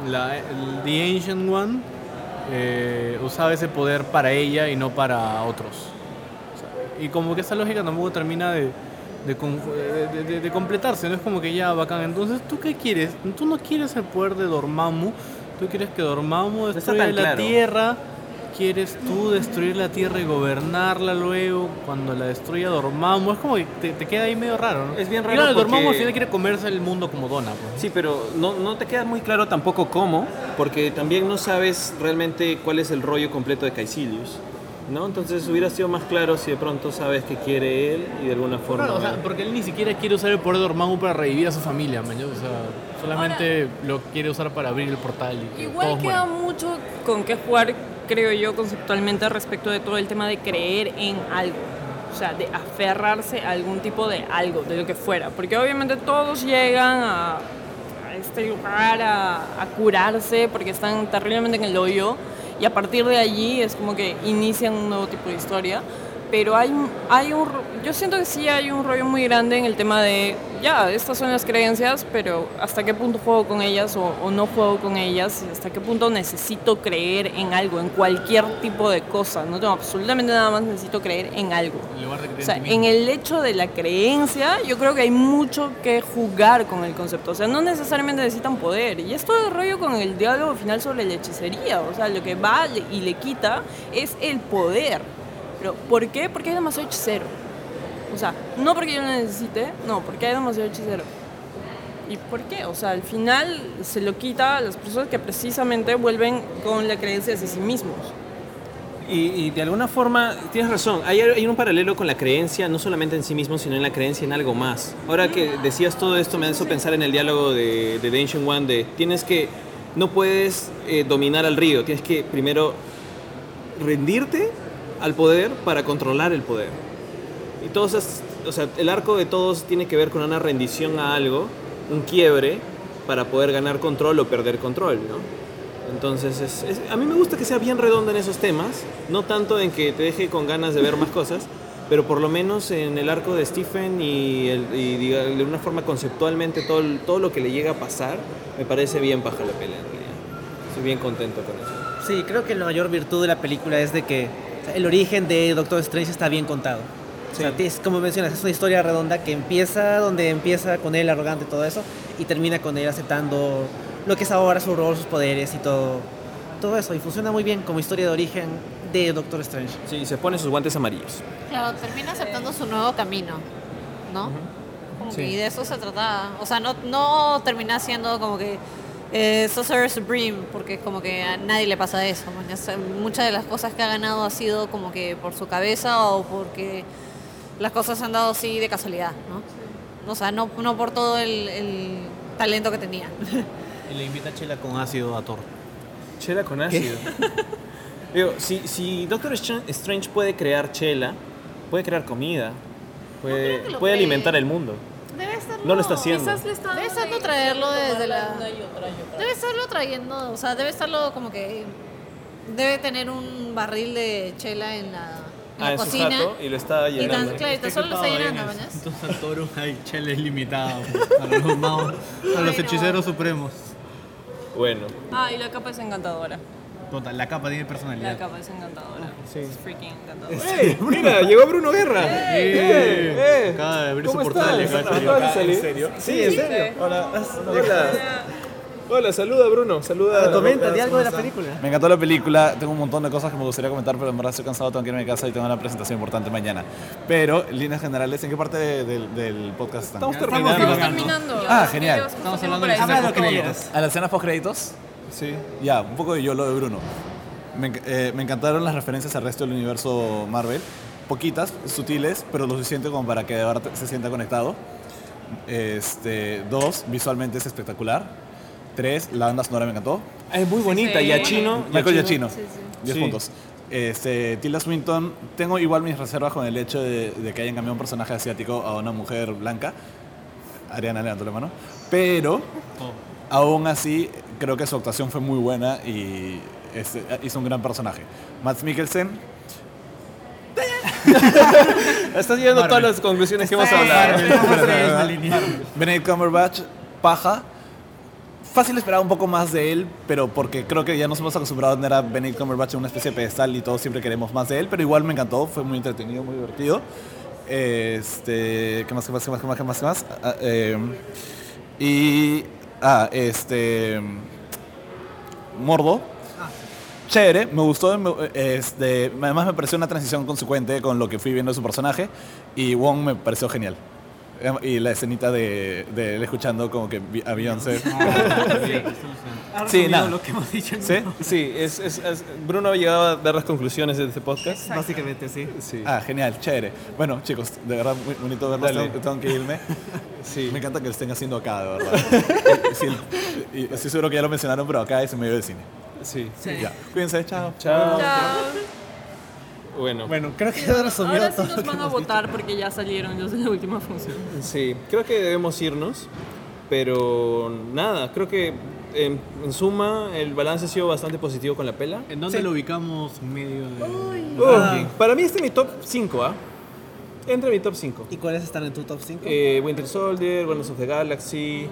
C: la, el- The Ancient One eh, usaba ese poder para ella y no para otros. Y como que esa lógica tampoco termina de, de con- de- de- de completarse, no es como que ya bacán. Entonces, ¿tú qué quieres? Tú no quieres el poder de Dormammu, tú quieres que Dormammu
A: está
C: destruya
A: tan
C: la
A: claro.
C: tierra. ¿Quieres tú destruir la tierra y gobernarla luego cuando la destruya Dormammu? Es como que te, te queda ahí medio raro, ¿no?
A: Es bien
C: Y
A: raro
C: Claro,
A: porque-
C: Dormammu al final quiere comerse el mundo como dona, pues.
A: Sí, pero no, no te queda muy claro tampoco cómo, porque también no sabes realmente cuál es el rollo completo de Caecilius, ¿no? Entonces hubiera sido más claro si de pronto sabes qué quiere él y de alguna forma...
C: Claro, o sea, porque él ni siquiera quiere usar el poder de Dormammu para revivir a su familia, man, yo, O sea, solamente lo quiere usar para abrir el portal y que
E: Igual
C: todos
E: queda
C: mueran.
E: mucho con qué jugar, creo yo, conceptualmente respecto de todo el tema de creer en algo. O sea, de aferrarse a algún tipo de algo, de lo que fuera. Porque obviamente todos llegan a, a este lugar a, a curarse porque están terriblemente en el hoyo. Y a partir de allí es como que inician un nuevo tipo de historia. Pero hay, hay un... ro- Yo siento que sí hay un rollo muy grande en el tema de, ya, estas son las creencias, pero hasta qué punto juego con ellas o, o no juego con ellas, y hasta qué punto necesito creer en algo, en cualquier tipo de cosa. No tengo absolutamente nada más, necesito creer en algo.
C: En lugar de creer
E: O sea,
C: ti
E: en
C: mismo.
E: el hecho de la creencia, yo creo que hay mucho que jugar con el concepto. O sea, no necesariamente necesitan poder. Y esto de rollo con el diálogo final sobre la hechicería. O sea, lo que va le- y le quita es el poder. Pero, ¿por qué? Porque hay demasiado hechicero. O sea, no porque yo lo necesite, no, porque hay demasiado hechicero. ¿Y por qué? O sea, al final se lo quita a las personas que precisamente vuelven con la creencia de sí mismos.
A: Y, y de alguna forma, tienes razón, hay, hay un paralelo con la creencia, no solamente en sí mismo, sino en la creencia en algo más. Ahora que decías todo esto, me hizo pensar en el diálogo de, de The Ancient One, de tienes que, no puedes eh, dominar al río, tienes que primero rendirte al poder para controlar el poder. Y todos, es- o sea, el arco de todos tiene que ver con una rendición a algo, un quiebre, para poder ganar control o perder control, ¿no? Entonces, es- es- a mí me gusta que sea bien redonda en esos temas, no tanto en que te deje con ganas de ver más cosas, pero por lo menos en el arco de Stephen y, el- y diga- de una forma conceptualmente todo, el- todo lo que le llega a pasar, me parece bien baja la pelea en realidad. Estoy bien contento con eso.
B: Sí, creo que la mayor virtud de la película es de que o sea, el origen de Doctor Strange está bien contado. O sea,
A: Sí.
B: es como mencionas, es una historia redonda que empieza donde empieza con él arrogante y todo eso y termina con él aceptando lo que es ahora su rol, sus poderes y todo, todo eso. Y funciona muy bien como historia de origen de Doctor Strange.
A: Sí, se pone sus guantes amarillos.
D: Claro, termina aceptando su nuevo camino, ¿no? Como que-
A: Sí.
D: Y de eso se trataba. O sea, no, no termina siendo como que eh, Sorcerer Supreme, porque como que a nadie le pasa eso. ¿no? O sea, Muchas de las cosas que ha ganado ha sido como que por su cabeza o porque las cosas se han dado así de casualidad, ¿no? O sea, no, no por todo el, el talento que tenía.
C: Y le invita a Chela con ácido a Thor.
A: Chela con ácido. Digo, si, si Doctor Str- Strange puede crear chela, puede crear comida, puede,
D: creo que lo
A: puede
D: cree.
A: alimentar el mundo.
D: Debe estarlo.
A: No lo está haciendo.
D: Debe estarlo traerlo desde la. Debe estarlo trayendo, o sea, debe estarlo como que. Debe tener un barril de chela en la,
A: ah,
D: la
A: en
D: cocina.
A: su jato y lo está
D: Y tan,
A: llenando.
D: claro, y tan solo lo está llenando, ¿mañas?
C: Entonces Santoro hay cheles limitados pues, para los magos, para los
E: Ay, no.
C: hechiceros supremos.
A: Bueno,
E: Ah, y la capa es encantadora.
C: Total, la capa tiene
E: La
C: personalidad.
E: capa es encantadora.
C: Sí.
E: Es freaking encantadora.
A: ¡Ey! Mira, llegó Bruno Guerra.
C: ¡Eh!
A: ¡Eh! ¡Eh!
C: Acaba de abrir
A: ¿Cómo
C: su portal.
A: estás?
C: acaba de
A: Acaba de
C: salir.
A: salir. Sí, en serio. Hola. Hola. Hola, saluda Bruno. Saluda.
B: Comenta de algo de la película.
G: Me encantó la película, tengo un montón de cosas que me gustaría comentar, pero en verdad estoy cansado, tengo que irme a mi casa y tengo una presentación importante mañana. Pero, en líneas generales, ¿en qué parte de- del- del podcast están?
A: Estamos
C: Estamos
A: terminando.
E: Estamos
C: divagando.
E: terminando.
G: Ah, genial.
C: Estamos hablando de
E: eso.
C: escenas
B: Habla lo que
C: post-créditos.
B: quieras.
G: ¿A las escenas post-créditos?
A: Sí.
G: Ya, un poco de YOLO de Bruno. Me, enc- eh, me encantaron las referencias al resto del universo Marvel. Poquitas, sutiles, pero lo suficiente como para que de verdad se sienta conectado. Este, dos, visualmente es espectacular. Tres, la banda sonora me encantó.
A: Es muy bonita.
E: Sí.
A: Y a Chino.
G: Michael Giacchino,
F: Sí, sí.
G: 10
A: Sí.
G: puntos. Este, Tilda Swinton, tengo igual mis reservas con el hecho de, de que hayan cambiado un personaje asiático a una mujer blanca. Ariana levantó la mano. Pero,
A: Oh.
G: aún así, creo que su actuación fue muy buena y este, hizo un gran personaje. Matt Mikkelsen,
A: Estás llegando a todas las conclusiones que hemos hablado.
G: Benedict Cumberbatch, paja. Fácil esperaba un poco más de él, pero porque creo que ya nos hemos acostumbrado a tener a Benedict Cumberbatch en una especie de pedestal y todos siempre queremos más de él, pero igual me encantó, fue muy entretenido, muy divertido. Este, ¿qué más, qué más, qué más, qué más, qué más, qué más? Ah, eh, y, ah, este, Mordo, chévere, me gustó, me- este, además me pareció una transición consecuente con lo que fui viendo de su personaje y Wong me pareció genial. Y la escenita de, de él escuchando como que vi- a Beyoncé.
A: Ah,
G: Sí,
C: resumido
G: nada.
C: lo que hemos dicho.
G: ¿Sí?
A: Sí, es, es- es- Bruno ha llegado a dar las conclusiones de este podcast.
B: Básicamente, sí.
A: Sí.
G: Ah, genial, chévere. Bueno, chicos, de verdad, muy bonito verlos,
A: Dale.
G: tengo, tengo que irme.
A: Sí.
G: Me encanta que lo estén haciendo acá, de verdad. Sí, y estoy seguro que ya lo mencionaron, pero acá es en medio del cine.
A: sí.
G: Ya. Cuídense, chao.
A: Chao.
E: Chao.
A: Bueno.
C: Bueno, creo que
B: Queda resumido
E: Ahora sí
B: todo lo
E: nos
B: que
E: van a
B: hemos dicho.
E: votar porque ya salieron los de la última función.
A: Sí, creo que debemos irnos, pero nada, creo que en, en suma el balance ha sido bastante positivo con la pela.
C: ¿En dónde
A: Sí.
C: lo ubicamos medio de...
A: Uh,
B: Ah.
A: Para mí este es mi top 5, ¿ah? Entra en mi top 5.
B: ¿Y cuáles están en tu top 5?
A: Eh, Winter Soldier, Guardians of the Galaxy.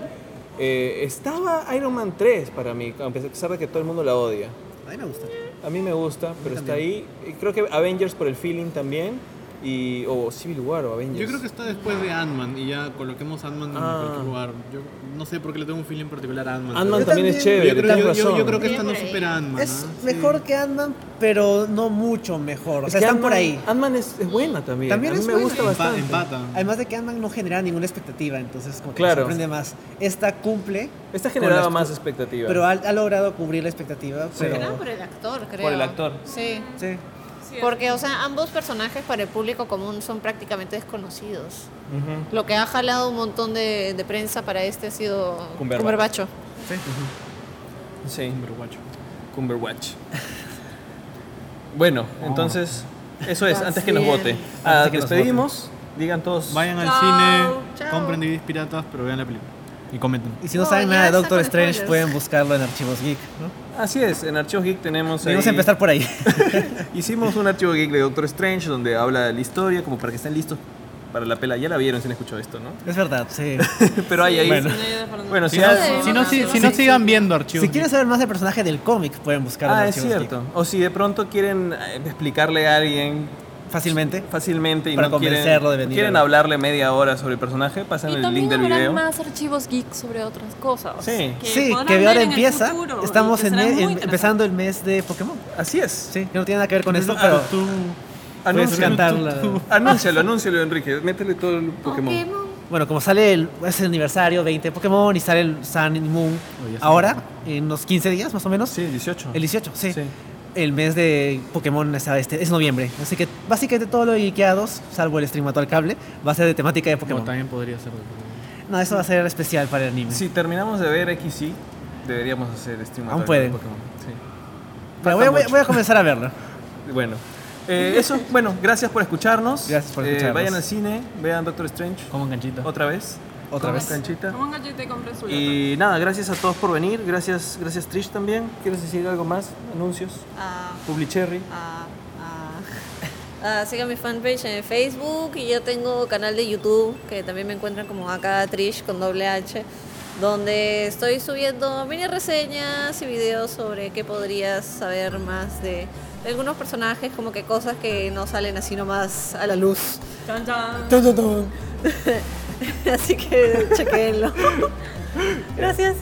A: eh, estaba Iron Man 3 para mí, a pesar de que todo el mundo la odia.
B: A mí me gusta.
A: A mí me gusta, pero está ahí. Y Creo que Avengers por el feeling también. Y, o Civil War o Avengers.
C: Yo creo que está después de Ant-Man y ya coloquemos Ant-Man
A: Ah.
C: en cualquier lugar. Yo no sé por qué le tengo un feeling particular a Ant-Man.
A: Ant-Man
B: Yo
A: también
B: también.
A: es chévere,
C: yo, creo,
A: tienes
C: yo- yo-
A: razón.
C: yo creo que esta no supera a Ant-Man.
B: Es
C: ¿ah?
B: mejor que Ant-Man, pero no mucho mejor. O
A: Es
B: sea,
A: que
B: están por
A: Ant-Man-
B: ahí.
A: Ant-Man es, es buena también.
B: También
A: a mí
B: es
A: me
B: buena.
A: gusta
C: Empa-
A: bastante.
C: empata.
B: Además de que Ant-Man no genera ninguna expectativa, entonces como que
A: Claro.
B: me sorprende más. Esta cumple,
A: Esta generaba
B: Con las-
A: más expectativa.
B: pero ha, ha logrado cubrir la expectativa,
D: Era
B: pero...
D: por el actor, creo.
A: Por el actor.
D: Sí.
B: Sí.
D: Porque, o sea, ambos personajes para el público común son prácticamente desconocidos. Lo que ha jalado un montón de, de prensa para este ha sido
A: Cumberbatch.
D: Cumberbacho.
A: sí. Cumberwatch. bueno, entonces, eso es,
D: Estás
A: antes que nos
D: bien.
A: vote. Ah,
B: que nos
A: despedimos, digan todos.
C: Vayan al
E: Chao,
C: cine,
D: chao.
C: compren DVDs piratas, pero vean la película. Y comenten.
B: Y si no,
D: No,
B: saben
D: ya
B: nada de
D: está
B: Doctor
D: con
B: Strange,
D: spoilers.
B: pueden buscarlo en Archivos Geek, ¿no?
A: Así es, en Archivos Geek tenemos.
B: Debemos
A: ahí-
B: empezar por ahí.
A: Hicimos un archivo geek de Doctor Strange donde habla de la historia, como para que estén listos para la pela. Ya la vieron si han escuchado esto, ¿no?
B: es verdad, sí.
A: Pero hay ahí.
E: Bueno,
A: Bueno,
C: Si
A: si
C: no,
A: has-
E: debemos
C: si no, si-
E: hacer-
C: si no sigan viendo archivos.
B: si quieren saber más del personaje del cómic, pueden buscarlo en
A: Ah, es
B: Archivos
A: cierto. O si de pronto quieren eh, explicarle a alguien
B: Geek. Fácilmente.
A: fácilmente y
B: Para
A: no quieren,
B: convencerlo de venir
A: quieren
B: a ver.
A: hablarle media hora sobre el personaje, pasen
E: Y
A: el link
E: también
A: del
E: habrá
A: video.
E: más archivos geek sobre otras cosas.
A: Sí.
B: Sí,
E: podrán
B: que
E: ver
B: ahora
E: en el
B: empieza.
E: futuro y
B: Estamos
E: que
B: en
E: será
B: el-
E: muy
B: em-
E: interesante.
B: empezando el mes de Pokémon.
A: Así es.
B: Sí, que no tiene nada que ver con esto,
C: Ah,
B: pero
C: tú-
B: puedes
A: Anúncialo,
B: cantarla.
A: anúncialo, anúncialo, Enrique. Métele todo el Pokémon.
B: Bueno, como sale el, es el aniversario 20 de Pokémon y sale el Sun y Moon
C: ya está.
B: ahora, en unos 15 días más o menos.
A: Sí, 18.
B: El 18, sí.
A: Sí.
B: El mes de Pokémon es, a este, es noviembre. Así que básicamente todo lo de Geekeados, salvo el streamato al cable, va a ser de temática de
C: Como
B: Pokémon.
C: también podría ser. de-
B: No, eso va a ser especial para el anime.
A: Si terminamos de ver XY, deberíamos hacer stream.
B: Aún
A: de
B: pueden.
A: Pokémon. Sí.
B: Pero voy,
A: falta
B: voy-
A: mucho.
B: voy a comenzar a verlo.
A: Bueno, eh, eso, bueno, gracias por escucharnos.
B: Gracias por
A: Eh,
B: escucharnos.
A: vayan al cine, vean Doctor Strange
C: Coman canchita.
A: otra vez.
B: Otra vez.
A: Canchita.
E: Como un gallete y compren su lata.
A: Y nada, gracias a todos por venir. Gracias, gracias Trish también. ¿Quieres decir algo más? Anuncios.
D: Ah,
A: Publicherry.
D: ah, ah. Ah, sigan mi fanpage en Facebook y yo tengo canal de YouTube que también me encuentran como acá Trish con doble H, donde estoy subiendo mini reseñas y videos sobre qué podrías saber más de, de algunos personajes, como que cosas que no salen así nomás a la luz.
E: Chan, chan.
D: así que chequenlo. Gracias.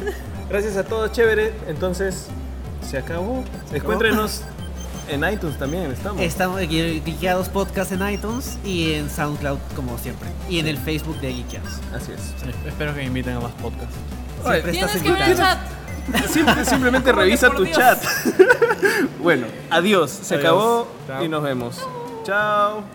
A: Gracias a todos, chévere. Entonces, se acabó. Encuéntrenos en iTunes también, estamos.
B: Estamos en Gui- Geekeados Podcast en iTunes y en SoundCloud como siempre. Y en el Facebook de Geekeados.
A: Así es.
C: Espero que me inviten a más podcasts.
B: Siempre estás
E: Tienes que ver el
B: invitado.
E: chat.
A: Simple- simplemente revisa
E: por
A: tu
E: Dios.
A: chat. bueno, adiós. Se
C: Adiós.
A: acabó
C: Chao.
A: y nos vemos. Chao.